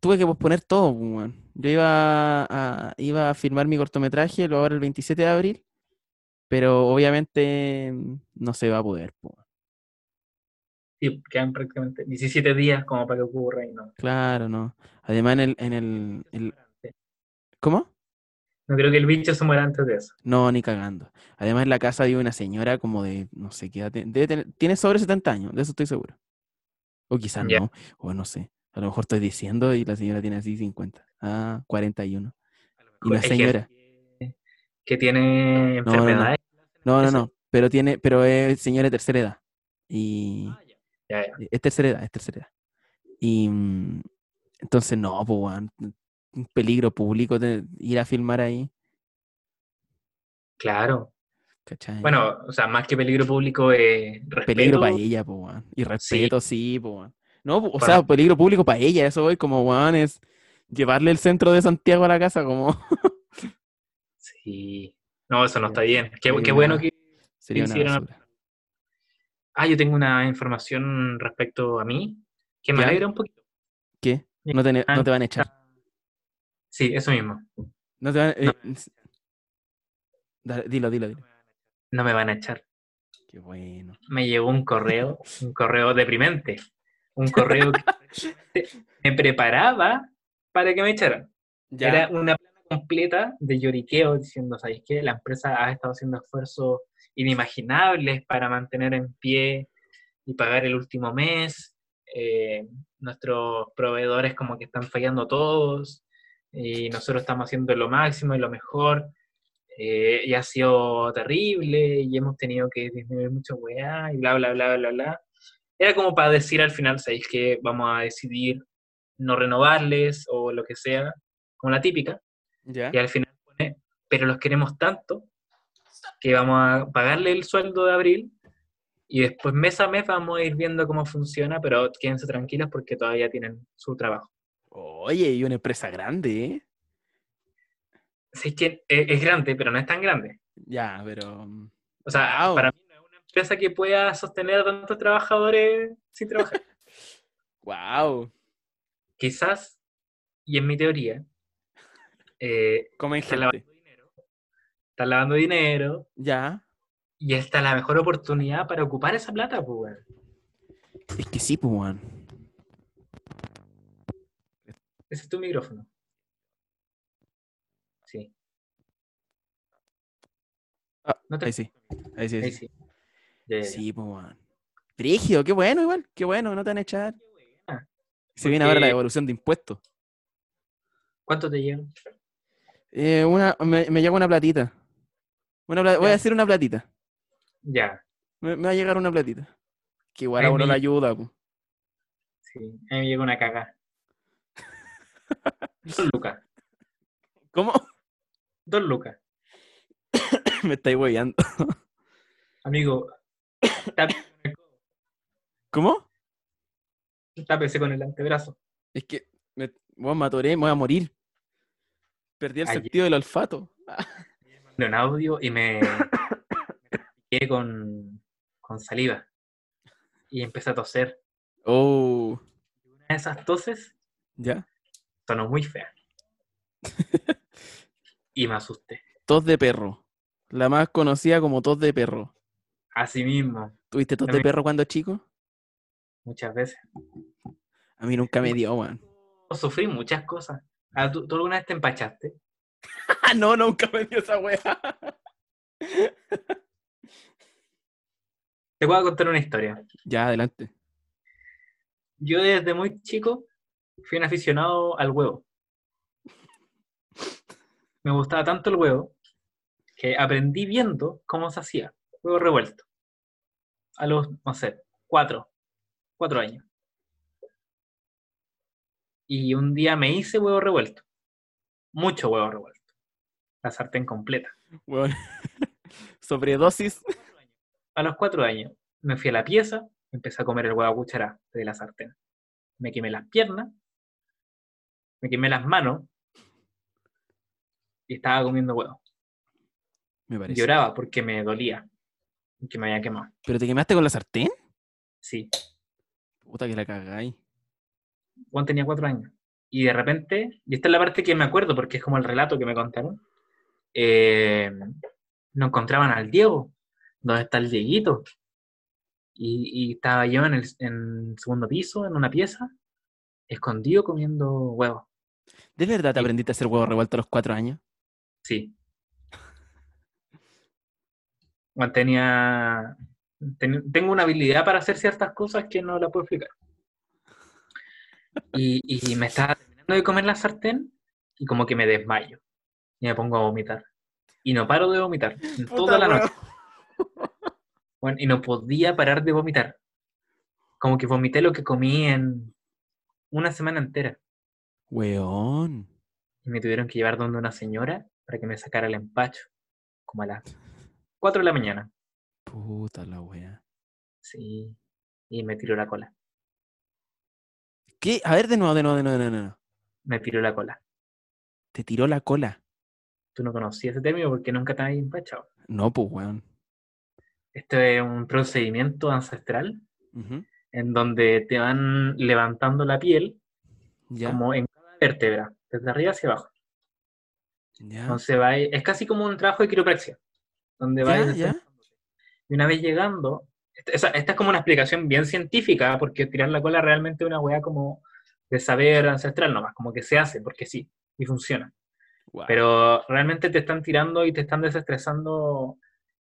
tuve que posponer todo, pues, weón. Yo iba a, iba a filmar mi cortometraje, lo ahora el 27 de abril, pero obviamente mm, no se va a poder, pues, weón.
Sí, quedan prácticamente 17 días como para que ocurra y no.
Claro, no. Además, en el, en el, el- ¿Cómo?
No creo que el bicho se muera antes de eso.
No, ni cagando. Además, en la casa vive una señora como de, no sé qué edad, te- debe tener- tiene sobre 70 años, de eso estoy seguro. O quizás
Ya.
no, o no sé. A lo mejor estoy diciendo y la señora tiene así 50. Ah, 41. Y la
Hay
señora.
gente Que, que
No,
tiene
no, no.
enfermedades.
No, no,
Eso.
no. Pero tiene, pero es señora de tercera edad. Y
Ah, ya. Ya, ya.
es tercera edad, es tercera edad. Y mm, entonces no, pues weón, un peligro público de ir a filmar ahí.
Claro.
¿Cachai?
Bueno, o sea, más que peligro público, eh, respeto.
peligro para ella, pues weón. Y respeto, sí, pues weón. No, po, o
Para-
sea, peligro público para ella, eso voy como weón, es llevarle el centro de Santiago a la casa, como
Sí. No, eso no está bien. Qué,
Sería
qué
una-
bueno que
sería una
Hicieron-
basura.
Ah, yo tengo una información respecto a mí que me
¿Ya?
alegra un poquito.
¿Qué? No te, no te van a
Ah.
echar.
Sí, eso mismo.
No te van,
No.
eh, s- Dale, dilo, dilo, dilo.
No me van a echar.
Qué bueno.
Me llegó un correo, un correo deprimente. Un correo que me preparaba para que me echaran. Era una plana completa de lloriqueo diciendo, ¿sabéis qué? La empresa ha estado haciendo esfuerzos inimaginables para mantener en pie y pagar el último mes. eh, nuestros proveedores como que están fallando todos y nosotros estamos haciendo lo máximo y lo mejor. eh, y ha sido terrible y hemos tenido que disminuir mucho weá y bla, bla, bla, bla, bla. Era como para decir al final, ¿sabéis qué? Vamos a decidir no renovarles o lo que sea como la típica,
¿Ya?
y al final pone, pero los queremos tanto que vamos a pagarle el sueldo de abril y después mes a mes vamos a ir viendo cómo funciona, pero quédense tranquilos porque todavía tienen su trabajo.
Oye, y una empresa grande, ¿eh?
Así que eh, es, es grande, pero no es tan grande.
Ya, pero. mm,
O sea,
Wow.
para mí no es una empresa que pueda sostener a tantos trabajadores sin trabajar.
¡Wow!
Quizás, y en mi teoría, eh,
Comen
se
gente.
la- están lavando dinero.
Ya.
Y esta es la mejor oportunidad para ocupar esa plata, pues, weón.
Es que sí, pues, weón.
Ese es tu micrófono. Sí.
Ah,
No te-
Ahí sí. Ahí sí. ahí
ahí
sí.
sí. Ya, ya, ya.
Sí, pues, weón. Rígido, qué bueno, igual. Qué bueno, que no te van a echar.
buena.
Se viene ahora la
Porque-
devolución de impuestos.
¿Cuánto te llevan?
Eh, una, me, me llega una platita. Una pla- Voy a
Ya.
hacer una platita.
Ya,
Me, me va a llegar una platita. Que igual
Ahí
a uno
me-
la ayuda, pues.
sí. A mí me llega una caga. Dos lucas.
¿Cómo?
Dos lucas.
me estáis hueveando.
Amigo, táp-
¿Cómo?
tápese con el antebrazo.
Es que, me, weón, me atoré, me voy a morir. Perdí el
Ayer-
sentido del olfato.
Mandé un audio y me, me piqué con, con saliva. Y empecé a toser.
Oh,
Una de esas toses
¿ya?
sonó muy fea. Y me asusté.
Tos de perro. La más conocida como tos de perro.
Así mismo,
¿Tuviste tos
A
de
mí-
perro cuando chico?
muchas veces.
A mí nunca me dio, weón.
Sufrí muchas cosas. Ah, ¿Tú, tú alguna vez te empachaste?
Ah, no, nunca me dio esa weá.
Te voy a contar una historia.
Ya, adelante.
Yo desde muy chico fui un aficionado al huevo. Me gustaba tanto el huevo que aprendí viendo cómo se hacía. Huevo revuelto. A los, no sé, cuatro. Cuatro años. Y un día me hice huevo revuelto. Mucho huevo revuelto. La sartén completa.
Weón. Sobredosis.
A los cuatro años me fui a la pieza, empecé a comer el huevo a cuchara de la sartén. Me quemé las piernas, me quemé las manos y estaba comiendo huevo.
Me parece.
Lloraba porque me dolía, que me había quemado.
¿Pero te quemaste con la sartén?
Sí,
Puta que la cagáis.
Juan tenía cuatro años. Y de repente, y esta es la parte que me acuerdo porque es como el relato que me contaron, eh, no encontraban al Diego. ¿Dónde está el Dieguito? Y, y estaba yo en el en segundo piso, en una pieza, escondido comiendo huevos.
¿De verdad te
Sí.
aprendiste a hacer huevo revuelto a los cuatro años?
Sí. Juan Ah, tenía, ten- tengo una habilidad para hacer ciertas cosas que no la puedo explicar. Y, y me estaba terminando de comer la sartén y como que me desmayo. Y me pongo a vomitar. Y no paro de vomitar. en toda la noche. Bueno, y no podía parar de vomitar. Como que vomité lo que comí en una semana entera.
Weón.
y me tuvieron que llevar donde una señora para que me sacara el empacho, como a las 4 de la mañana.
Puta la wea.
Sí, y me tiró la cola,
¿Qué? A ver, de nuevo, de nuevo, de nuevo, de nuevo, de nuevo.
me tiró la cola.
Te tiró la cola.
Tú no conocías ese término porque nunca te habías empachado.
No, pues, weón.
Esto es un procedimiento ancestral
Ujú.
en donde te van levantando la piel
Ya.
como en cada vértebra, desde arriba hacia abajo.
Ya.
Entonces va, es casi como un trabajo de quiropraxia, donde vas
Ya, ya.
Y una vez llegando, esta, esa- esta es como una explicación bien científica, porque tirar la cola realmente es una weá como de saber ancestral nomás, como que se hace, porque sí, y funciona.
Guau.
Pero realmente te están tirando y te están desestresando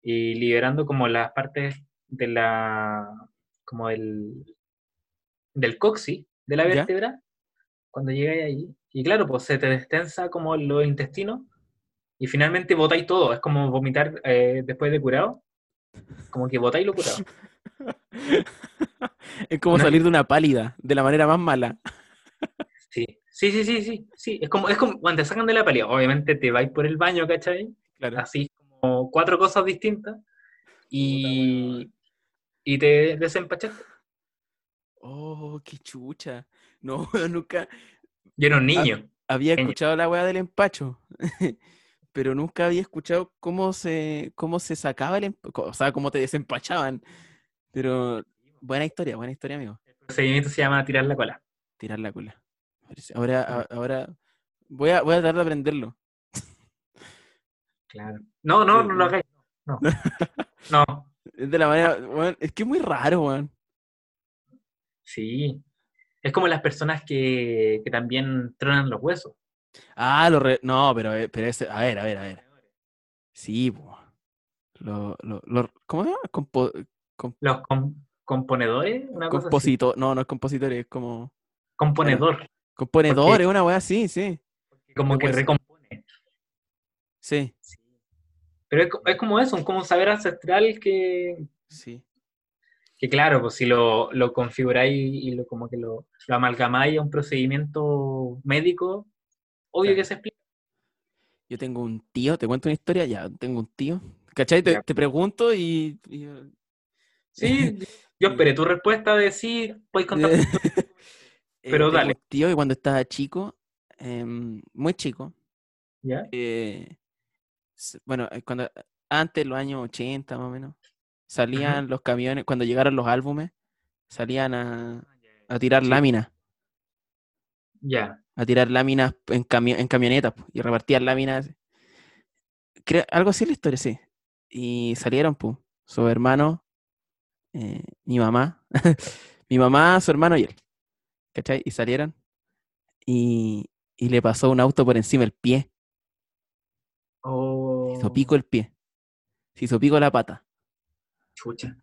y liberando como las partes de la, como el, del coxi, de la
¿Ya?
vértebra, cuando llegáis ahí. Y claro, pues se te destensa como los intestinos y finalmente botáis todo. Es como vomitar eh, después de curado. Como que botáis lo curado.
es como
Una-
salir de una pálida, de la manera más mala.
Sí, sí, sí, sí, sí. sí. Es como, es como cuando te sacan de la pelea. Obviamente te vais por el baño, ¿cachai?
Claro.
Así como cuatro cosas distintas y, y te desempachaste.
Oh, qué chucha. No, weón, nunca.
Yo era un niño.
Había
Genio.
escuchado la weá del empacho. Pero nunca había escuchado cómo se, cómo se sacaba el empacho. O sea, cómo te desempachaban. Pero buena historia, buena historia, amigo.
El procedimiento se llama tirar la cola.
Tirar la cola. Me parece- Ahora, a- ahora voy a, voy a tratar de aprenderlo.
Claro. No, no, no lo hagáis. No. No. No.
Es de la manera, weón, es que es muy raro, weón.
Sí. Es como las personas que, que también tronan los huesos.
Ah, lo re- No, pero, eh, pero ese, a ver, a ver, a ver. Sí, po. Lo, lo, lo- ¿Cómo se llama? Compo-
Los com- componedores, una cosa así.
composito, no, no es compositor, es como
Componedor.
componedor, es una weá así, sí,
Como
De
que
hueso.
recompone.
sí,
Pero es, co- es como eso, como un saber ancestral que,
sí.
que claro, pues si lo, lo configuráis y lo, como que lo, lo amalgamáis a un procedimiento médico, obvio
Claro.
que se explica.
Yo tengo un tío, te cuento una historia, ya, tengo un tío. ¿Cachai? Te,
Ya.
te pregunto y... y-
Sí, yo esperé tu respuesta de sí, puedes contar.
Eh,
Pero
tengo
dale.
un tío que cuando estaba chico, em, muy chico,
¿Ya?
eh, s- bueno, eh, cuando antes, los años 80 más o menos, salían los camiones, cuando llegaron los álbumes, salían a, a tirar láminas,
Ya,
a tirar láminas en, cami- en camionetas po, y repartían láminas. Creo, algo así es la historia, sí. Y salieron, pues, su hermano, eh, mi mamá, mi mamá, su hermano y él. ¿Cachai? Y salieron y, y le pasó un auto por encima del pie.
o Oh,
Se hizo pico el pie. Se hizo pico la pata.
Chucha.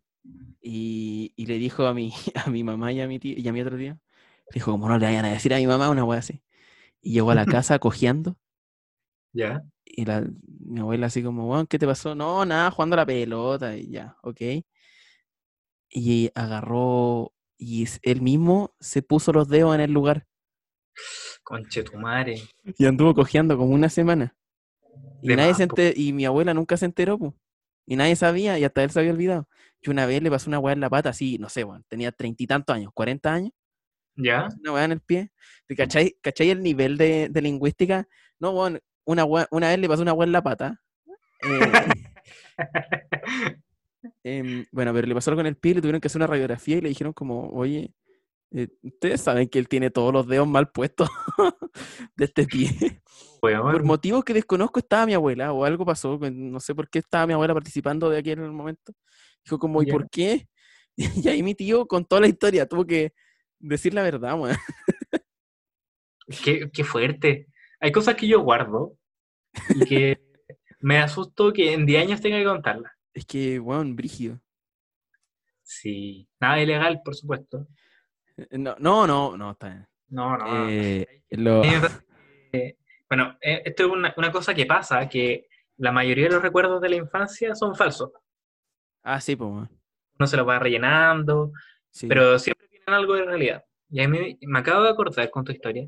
Y, y le dijo a mi, a mi mamá y a mi tío, y a mi otro tío. Le dijo, como no le vayan a decir a mi mamá una wea así. Y llegó a la casa cojeando.
Ya.
Y la, mi abuela así como, weón, ¿qué te pasó? No, nada, jugando a la pelota. Y ya, ok. Y agarró. Y s- él mismo se puso los dedos en el lugar.
Conche tu madre.
Y anduvo cojeando como una semana. Y,
De
nadie
más,
se
po.
enter- y mi abuela nunca se enteró, po. Y nadie sabía, y hasta él se había olvidado. Yo una vez le pasé una weá en la pata, así, no sé, weón, tenía treinta y tantos años, cuarenta años,
¿Ya?
una weá en el pie. ¿Te
Mm.
cachai, cachai el nivel de, de lingüística? No, weón, una, weá- una vez le pasó una weá en la pata. eh, em, bueno, pero le pasó algo en el pie, le tuvieron que hacer una radiografía y le dijeron como, oye, eh, ustedes saben que él tiene todos los dedos mal puestos de este pie. Por
Weón.
motivos que desconozco estaba mi abuela o algo pasó, que no sé por qué estaba mi abuela participando de aquí en el momento. Dijo como, ¿y
Ya.
por qué? Y ahí mi tío contó la historia, tuvo que decir la verdad, weón.
Qué, qué fuerte. Hay cosas que yo guardo y que me asusto que en 10 años tenga que contarlas.
Es que, weón, brígido.
Sí. Nada ilegal, por supuesto.
Eh, No, no, no, no, está bien.
No, no. no.
Eh, lo-
A mí me pasa que- Bueno, eh, esto es una, una cosa que pasa, que la mayoría de los recuerdos de la infancia son falsos.
Ah, sí, pues, weón.
Uno se los va rellenando,
Sí.
pero siempre tienen algo de realidad. Y a mí me acabo de acordar con tu historia,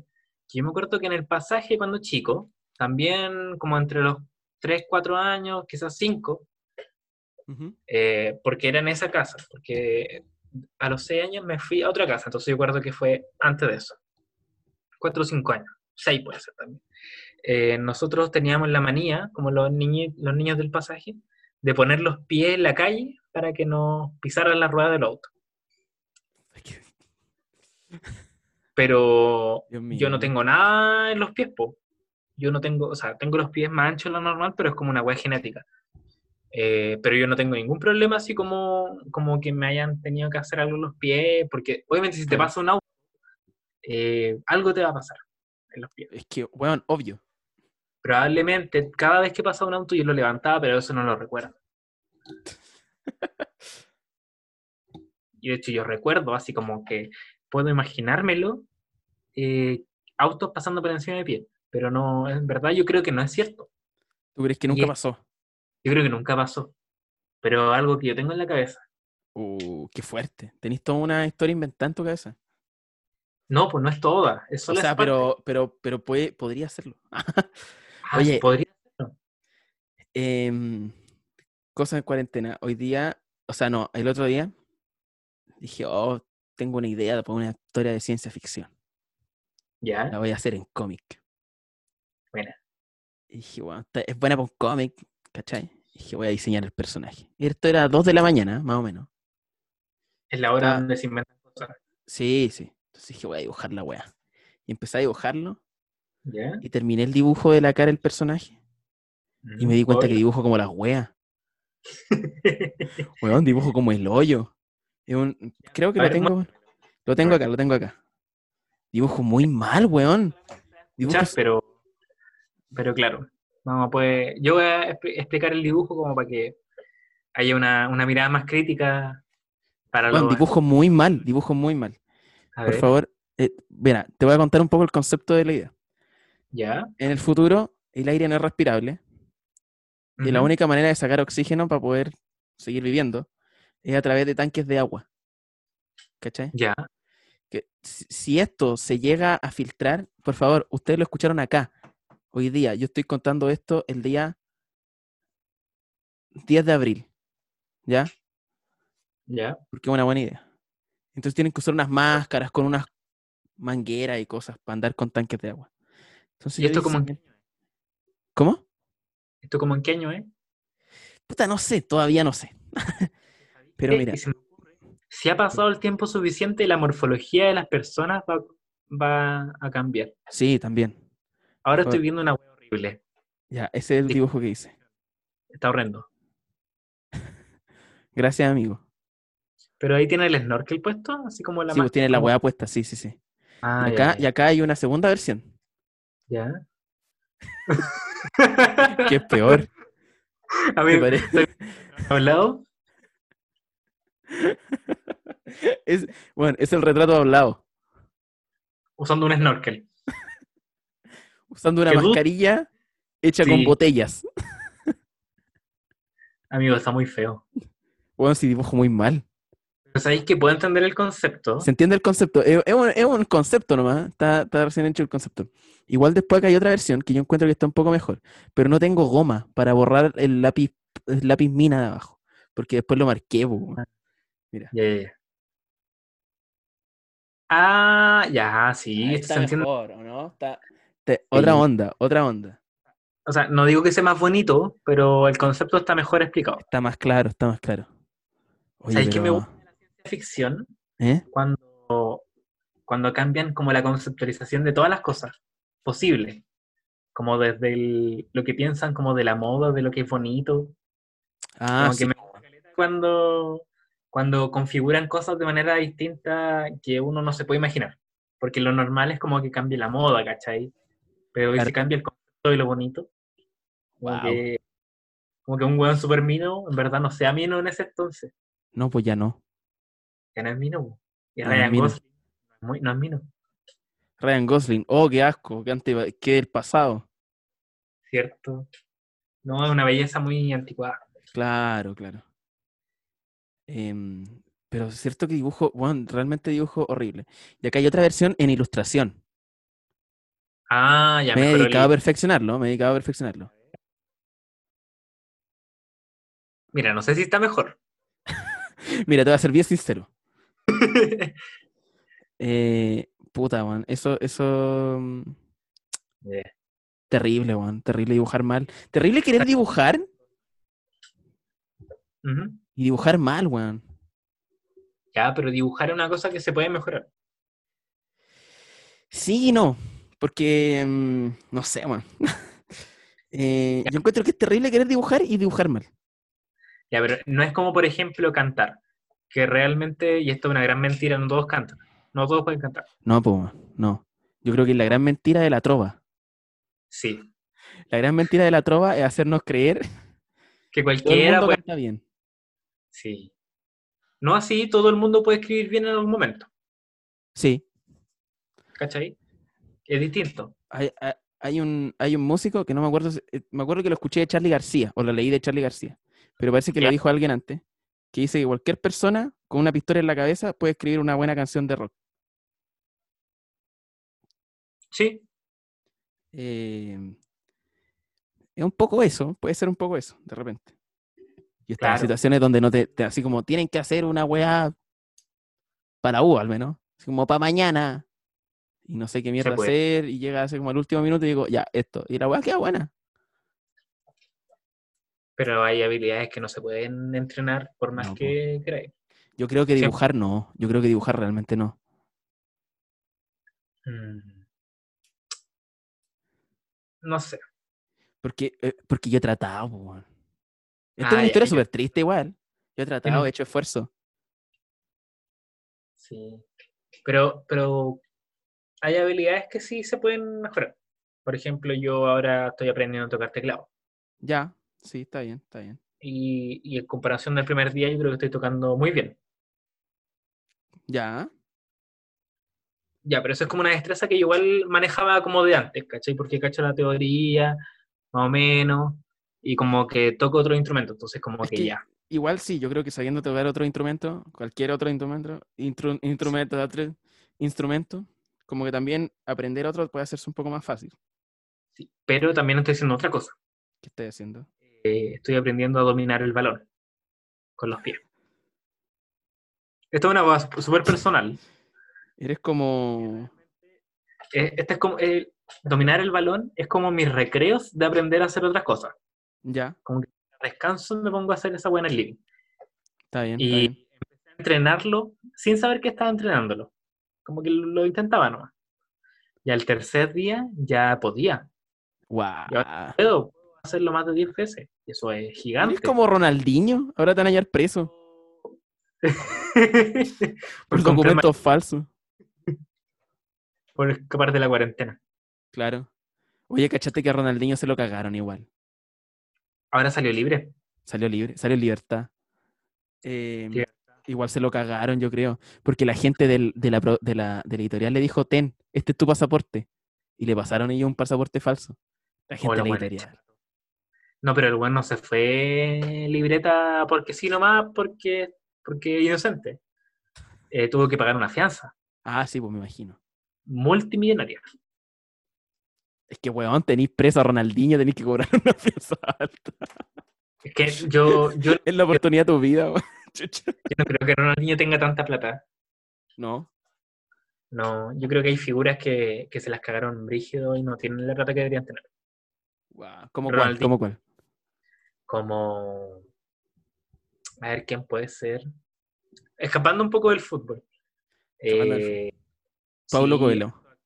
que yo me acuerdo que en el pasaje cuando chico, también como entre los 3, 4 años, quizás 5,
Ujú.
eh, porque era en esa casa, porque a los 6 años me fui a otra casa, entonces yo recuerdo que fue antes de eso, 4 o 5 años, 6 puede ser también. Eh, nosotros teníamos la manía, como los, niñi- los niños del pasaje, de poner los pies en la calle para que no pisaran la rueda del auto.
Es que-
pero
Dios
yo
mío.
no tengo nada en los pies, po. Yo no tengo, o sea, tengo los pies más anchos de lo normal, pero es como una weá genética. Eh, pero yo no tengo ningún problema así como, como que me hayan tenido que hacer algo en los pies, porque obviamente si te
Claro.
pasa un auto, eh, algo te va a pasar en los pies.
Es que, weón, obvio.
Probablemente cada vez que pasaba un auto yo lo levantaba, pero eso no lo recuerdo. Y de hecho yo recuerdo, así como que puedo imaginármelo, eh, autos pasando por encima de mi pie. Pero no, en verdad yo creo que no es cierto.
¿Tú crees que
Y
nunca
es-
pasó?
Yo creo que nunca pasó. Pero algo que yo tengo en la cabeza.
Uh, qué fuerte. Tenéis toda una historia inventada en tu cabeza.
No, pues no es toda, es
O
solo
sea,
esa parte.
pero, pero, pero puede, podría hacerlo.
Ah,
oye.
podría-
em, cosas en cuarentena. Hoy día, o sea, no, el otro día dije, oh, tengo una idea para una historia de ciencia ficción.
ya,
La voy a hacer en cómic.
Buena.
Y dije, bueno, es buena para un cómic, ¿cachai? Y dije, voy a diseñar el personaje. Y esto era 2 de la mañana, más o menos.
es la hora
está-
donde se inventan cosas.
Sí, sí. Entonces dije, voy a dibujar la weá. Y empecé a dibujarlo
Ya,
y terminé el dibujo de la cara del personaje. Y me di cuenta que
Obvio.
dibujo como las weas. Weón, dibujo como el hoyo. Es un- Creo que
A
lo
ver,
tengo. Lo tengo acá, lo tengo acá. Dibujo muy mal, weón.
Ya,
Dibujos-
pero, pero claro, vamos, pues yo voy a expli- explicar el dibujo como para que haya una, una mirada más crítica para
weón,
los...
dibujo muy mal, dibujo muy mal.
a
Por
ver,
favor, eh, mira, te voy a contar un poco el concepto de la idea.
ya.
En el futuro, el aire no es respirable. Y la
ujú,
única manera de sacar oxígeno para poder seguir viviendo es a través de tanques de agua. ¿Cachai?
Ya,
que si- si esto se llega a filtrar, por favor, ustedes lo escucharon acá, hoy día. Yo estoy contando esto el día 10 de abril, ¿ya?
ya.
Porque es una buena idea. Entonces tienen que usar unas máscaras con unas mangueras y cosas para andar con tanques de agua. Entonces
¿Y
yo
esto
dije,
como en
¿Cómo?
¿Esto como en qué año es?
Puta, no sé, todavía no sé. Pero
Eh,
mira.
y se me ocurre, Si ha pasado el tiempo suficiente, la morfología de las personas va, va a cambiar.
Sí, también.
Ahora
Por-
estoy viendo una web horrible.
Ya, ese es el
Sí.
dibujo que hice.
Está horrendo.
Gracias, amigo.
Pero ahí tiene el snorkel puesto, así como la
Sí, pues
máscara,
tiene la
como-
hueá puesta, sí, sí, sí.
Ah,
Y
ya,
acá,
ya,
y acá hay una segunda versión,
ya.
que es peor.
A
Me
ver,
parece-
hablado.
Es, bueno, es el retrato hablado.
usando un snorkel.
Usando una
Que tú-
mascarilla hecha con
Sí.
botellas.
Amigo, está muy feo.
Bueno, si dibujo muy mal.
Pero sabéis que puedo entender el concepto.
¿Se entiende el concepto? Es, es un, es un concepto nomás. Está, está recién hecho el concepto. Igual después acá hay otra versión que yo encuentro que está un poco mejor. Pero no tengo goma para borrar el lápiz, el lápiz mina de abajo. Porque después lo marqué. po, weón.
Ya, ya, ya. Ah, ya, sí, esto se entiende.
mejor, ¿o no? Te- otra
Sí.
onda, otra onda.
O sea, no digo que sea más bonito, pero el concepto está mejor explicado.
Está más claro, está más claro. Oye,
¿Sabéis que me
pero-
gusta la ciencia ficción
¿eh?
cuando, cuando cambian como la conceptualización de todas las cosas posibles? Como desde el- lo que piensan como de la moda, de lo que es bonito.
Ah,
Como que
sí,
me gusta caleta cuando, cuando configuran cosas de manera distinta que uno no se puede imaginar. Porque lo normal es como que cambie la moda, ¿cachai? Pero hoy se
Claro.
cambia el concepto de lo bonito. Como,
Guau.
que, como que un weón super mino, en verdad no sea mino en ese entonces.
No, pues ya no.
Ya no es mino. po. Y
No es
Ryan
mino.
Gosling no es muy- no es mino,
Ryan Gosling. Oh, qué asco, qué, ante- qué del pasado.
¿cierto? No, es una belleza muy anticuada.
Claro, claro. Em, pero es cierto que dibujo, bueno, realmente dibujo horrible. Y acá hay otra versión en ilustración.
Ah, ya
me he
mejoró el-
dedicado a perfeccionarlo, me he dedicado a perfeccionarlo.
Mira, no sé si está mejor.
Mira, te voy a ser bien sincero. Eh, puta, weón, eso, eso... mm,
Yeah.
Terrible, weón, terrible dibujar mal. Terrible querer dibujar
Ujú.
y dibujar mal, weón.
Ya, pero dibujar es una cosa que se puede mejorar.
Sí y no, porque mm, no sé, weón. Eh, yo encuentro que es terrible querer dibujar y dibujar mal.
Ya, pero no es como, por ejemplo, cantar, que realmente, y esto es una gran mentira, no todos cantan, no todos pueden cantar.
No, pues, weón, no. Yo creo que la gran mentira de la trova.
Sí,
La gran mentira de la trova es hacernos creer que
que
todo el
cualquiera
mundo
puede...
canta bien.
Sí. No así, todo el mundo puede escribir bien en algún momento,
Sí,
¿cachai? Es distinto.
hay, hay- hay un, hay un músico que no me acuerdo, si- eh, me acuerdo que lo escuché de Charlie García, o lo leí de Charlie García, pero parece que lo
Ya.
dijo alguien antes, que dice que cualquier persona con una pistola en la cabeza puede escribir una buena canción de rock.
Sí,
Eh, es un poco eso, puede ser un poco eso, de repente. Y estas
Claro.
situaciones donde no te, te- así como tienen que hacer una weá para U al menos, así como para mañana, y no sé qué mierda
puede.
hacer, y llega así como al último minuto y digo, ya, esto, y la weá queda buena.
pero hay habilidades que no se pueden entrenar por más
No, po.
que creáis.
Yo creo que
Siempre.
dibujar no, yo creo que dibujar realmente no.
Mm. No sé.
Porque, eh, porque yo he tratado, po, weón. Esta es
Ah,
una
ya,
historia
yo-
súper triste igual. Yo he tratado, he hecho esfuerzo.
Sí. Pero, pero hay habilidades que sí se pueden mejorar. Por ejemplo, yo ahora estoy aprendiendo a tocar teclado.
Ya, sí, está bien, está bien.
Y, y en comparación del primer día, yo creo que estoy tocando muy bien.
Ya,
Ya, pero eso es como una destreza que yo igual manejaba como de antes, ¿cachai? Porque cacho la teoría, más o menos, y como que toco otro instrumento, entonces como
Es
que,
que-
ya.
igual sí, yo creo que sabiendo tocar otro instrumento, cualquier otro instrumento, intru- instrumento, otro instrumento, como que también aprender otro puede hacerse un poco más fácil.
Sí. Pero también estoy haciendo otra cosa.
¿Qué estoy haciendo?
Eh, estoy aprendiendo a dominar el balón con los pies. Esto es una voz súper personal.
Eres como...
Eh, Este es como, el- dominar el balón es como mis recreos de aprender a hacer otras cosas.
Ya,
Descanso me pongo a hacer esa buena living.
está bien, está
Y
bien.
empecé a entrenarlo sin saber que estaba entrenándolo. Como que lo, lo intentaba nomás. Y al tercer día ya podía.
Guau.
Puedo hacerlo más de 10 veces. Y eso es gigante.
Eres como Ronaldinho, ahora te van a hallar preso por
por, comprar ma-
documentos falsos.
por escapar de la cuarentena.
Claro. Oye, cachate que a Ronaldinho se lo cagaron igual.
Ahora salió libre.
Salió libre, salió en libertad. Eh,
Libertad.
igual se lo cagaron, yo creo. Porque la gente del- de, la, pro- de, la, de la editorial le dijo, ten, este es tu pasaporte. Y le pasaron ellos un pasaporte falso. La gente
Hola,
de la
buen
editorial.
No, pero el bueno no se fue libreta porque sí nomás, porque, porque inocente. Eh, tuvo que pagar una fianza
Ah, sí, pues me imagino.
multimillonaria.
Es que, weón, tenéis preso a Ronaldinho, tenéis que cobrar una fianza alta.
Es que yo, yo
Es la oportunidad de tu vida, weón. Chucha.
Yo no creo que Ronaldinho tenga tanta plata.
No,
No, yo creo que hay figuras que, que se las cagaron brígido y no tienen la plata que deberían tener.
guau. ¿Cómo cuál?
Ronaldinho.
¿Cómo cuál?
Como. A ver quién puede ser. Escapando un poco del fútbol.
Escapando del
Eh,
Paulo
sí,
Coelho.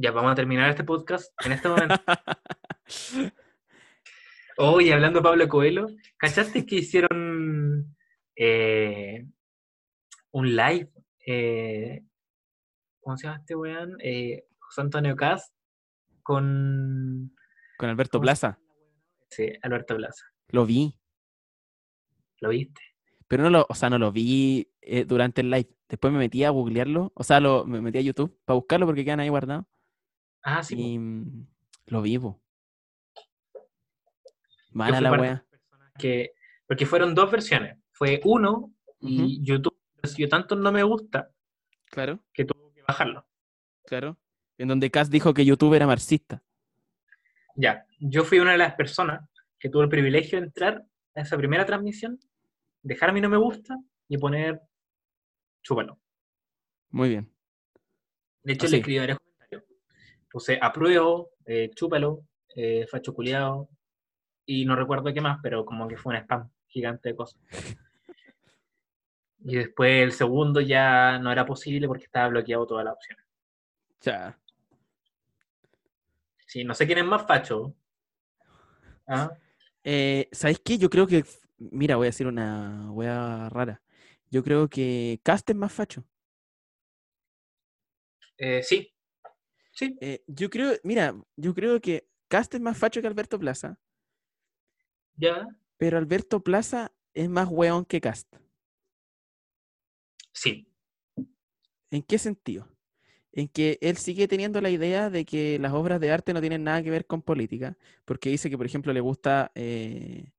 Ya vamos a terminar este podcast en este momento. Oye, hablando de Pablo Coelho, ¿cachaste que hicieron eh, un live? eh, ¿Cómo se llama este weón? Eh, José Antonio Cast con
Con Alberto
¿Cómo se
Plaza.
sí, Alberto Plaza.
Lo vi.
¿Lo viste?
Pero no lo, o sea, no lo vi eh, durante el live. Después me metí a googlearlo. O sea, lo, me metí a YouTube para buscarlo porque quedan ahí guardados.
Ah, sí.
Y mm, lo vivo.
pues, Yo
Mala
fui
la
parte de
wea.
las personas Que, porque fueron dos versiones. Fue uno
Ujú,
y YouTube recibió tanto no me gusta
Claro,
que tuvo que bajarlo.
claro. En donde Cass dijo que YouTube era marxista.
Ya, yo fui una de las personas que tuvo el privilegio de entrar a esa primera transmisión, dejar mi no me gusta y poner chúpalo.
Muy bien.
De hecho,
Ah, sí.
le escribí varios comentarios. Puse apruebo, eh, chúpalo, eh, facho culiao, y no recuerdo qué más, pero como que fue un spam gigante de cosas. Y después el segundo ya no era posible porque estaba bloqueado toda la opción.
Ya.
Sí, no sé quién es más facho. ¿Ah?
Eh, ¿Sabes qué? Yo creo que. Mira, voy a decir una wea rara. Yo creo que Cast es más facho.
Eh, sí. Sí,
Eh, yo creo, mira, yo creo que Cast es más facho que Alberto Plaza.
ya.
Pero Alberto Plaza es más weón que Cast.
Sí,
¿En qué sentido? En que él sigue teniendo la idea de que las obras de arte no tienen nada que ver con política, porque dice que, por ejemplo, le gusta, eh,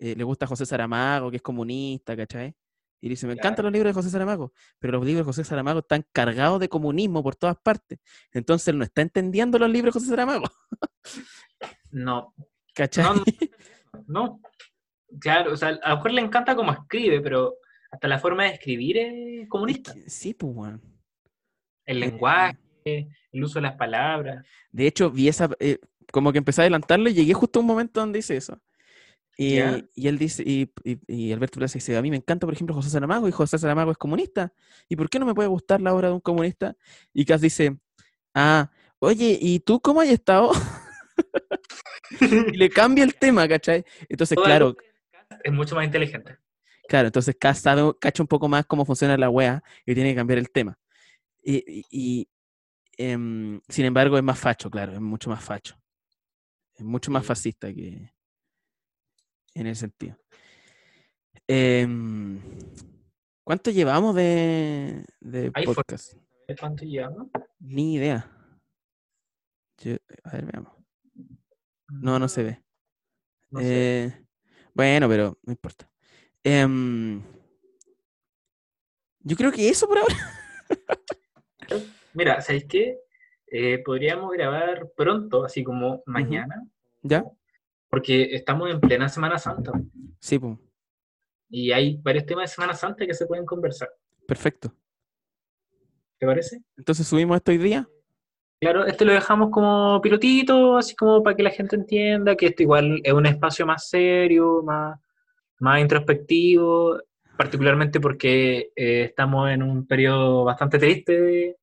eh, le gusta José Saramago, que es comunista, ¿cachai? Y dice, me encantan
Claro.
los libros de José Saramago, pero los libros de José Saramago están cargados de comunismo por todas partes. Entonces él no está entendiendo los libros de José Saramago,
No,
¿cachai?
no, no, no. Claro, o sea, a lo mejor le encanta cómo escribe, pero hasta la forma de escribir es
Es
comunista.
que- sí, pues, weón.
El
eh,
lenguaje, el uso de las palabras.
De hecho, vi esa. eh, como que empecé a adelantarlo y llegué justo a un momento donde dice eso. Y,
Ya.
y él dice, y, y- y Alberto Plaza dice, a mí me encanta, por ejemplo, José Saramago, y José Saramago es comunista. ¿Y por qué no me puede gustar la obra de un comunista? Y Cass dice, ah, oye, ¿y tú cómo has estado? Y le cambia el tema, ¿cachai? Entonces,
Toda
claro,
luz Es mucho más inteligente.
Claro, entonces Cass sabe- cacha un poco más cómo funciona la wea y tiene que cambiar el tema. Y, y- y, em, sin embargo, es más facho, claro, es mucho más facho. Es mucho más fascista que en ese sentido. Em, ¿Cuánto llevamos de, de
Ahí fue.
podcast?
¿Cuánto llevamos?
Ni idea. Yo- a ver, veamos. No, no se ve.
No sé.
Eh, Bueno, pero no importa. Em, yo creo que eso por ahora.
Mira, ¿sabéis qué? Eh, podríamos grabar pronto, así como mañana,
¿Ya?
porque estamos en plena Semana Santa
Sí, po,
y hay varios temas de Semana Santa que se pueden conversar.
perfecto.
¿Te parece?
Entonces subimos esto hoy día.
Claro, este lo dejamos como pilotito, así como para que la gente entienda que esto igual es un espacio más serio, más, más introspectivo, particularmente porque eh, estamos en un periodo bastante triste,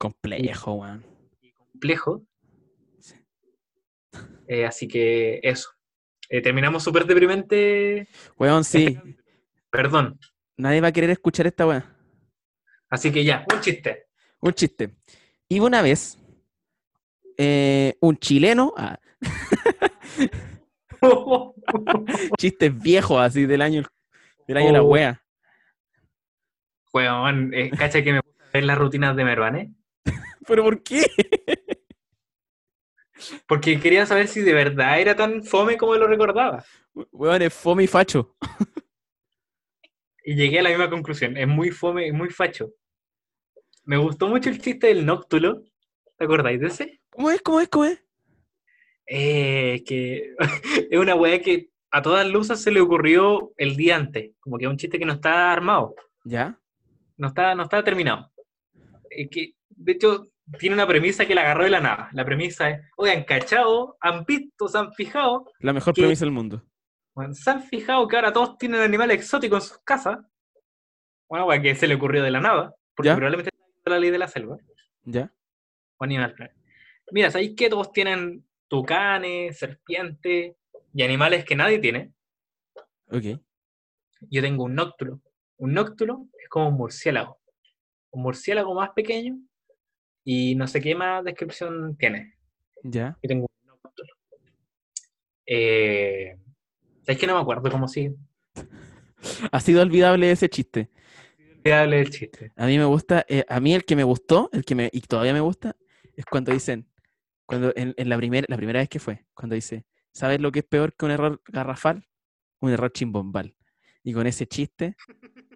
Complejo, weón.
complejo.
Sí.
Eh, así que eso. Eh, terminamos súper deprimente.
Weón, sí.
Perdón.
Nadie va a querer escuchar esta weá.
Así que ya, un chiste.
Un chiste. Iba una vez eh, un chileno, ah, chistes viejos así del año del año de la
Oh.
wea.
Weón, eh, cacha que me gusta ver las rutinas de Mervan, ¿eh?
¿Pero por qué?
Porque quería saber si de verdad era tan fome como lo recordaba.
Weón, es fome y facho.
Y llegué a la misma conclusión. Es muy fome, es muy facho. Me gustó mucho el chiste del Noctulo. ¿Te acordáis de ese?
¿Cómo es? ¿Cómo es? ¿Cómo es?
Eh, que es una weá que a todas luces se le ocurrió el día antes. Como que es un chiste que no está armado,
¿Ya?
no está, no está terminado. Eh, que, de hecho, tiene una premisa que la agarró de la nada. La premisa es, oigan, cachao, han visto, se han fijado
La mejor
¿Qué?
premisa del mundo.
Bueno, ¿se han fijado que ahora todos tienen animales exóticos en sus casas? Bueno, weá, que se le ocurrió de la nada, porque
¿Ya?
probablemente está la ley de la selva,
¿Ya?
o animal planet. Mira, ¿sabéis que todos tienen tucanes, serpientes y animales que nadie tiene?
Ok.
Yo tengo un nóctulo. Un nóctulo es como un murciélago. Un murciélago más pequeño y no sé qué más descripción tiene.
¿Ya?
Yo tengo un nóctulo. Eh, ¿Sabéis que no me acuerdo cómo sigue?
Ha sido olvidable ese chiste.
Olvidable el chiste.
A mí me gusta, eh, a mí el que me gustó, el que me, y todavía me gusta, es cuando dicen, cuando en, en la, primera la primera vez que fue, cuando dice, ¿sabes lo que es peor que un error garrafal? Un error chimbombal. Y con ese chiste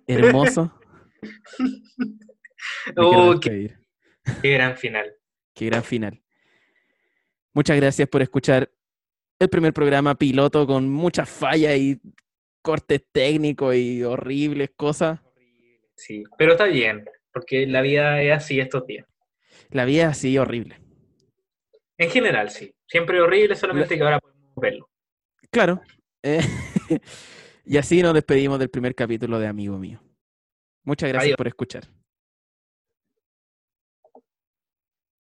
hermoso, me quiero
Oh, qué
despedir.
qué gran final.
Qué gran final. Muchas gracias por escuchar el primer programa piloto con muchas fallas y cortes técnicos y horribles cosas.
Sí, pero está bien, porque la vida es así estos días.
La vida es así horrible.
En general, sí. Siempre horrible, solamente que ahora podemos verlo.
Claro. eh, y así nos despedimos del primer capítulo de Amigo Mío. Muchas gracias
Adiós.
por escuchar.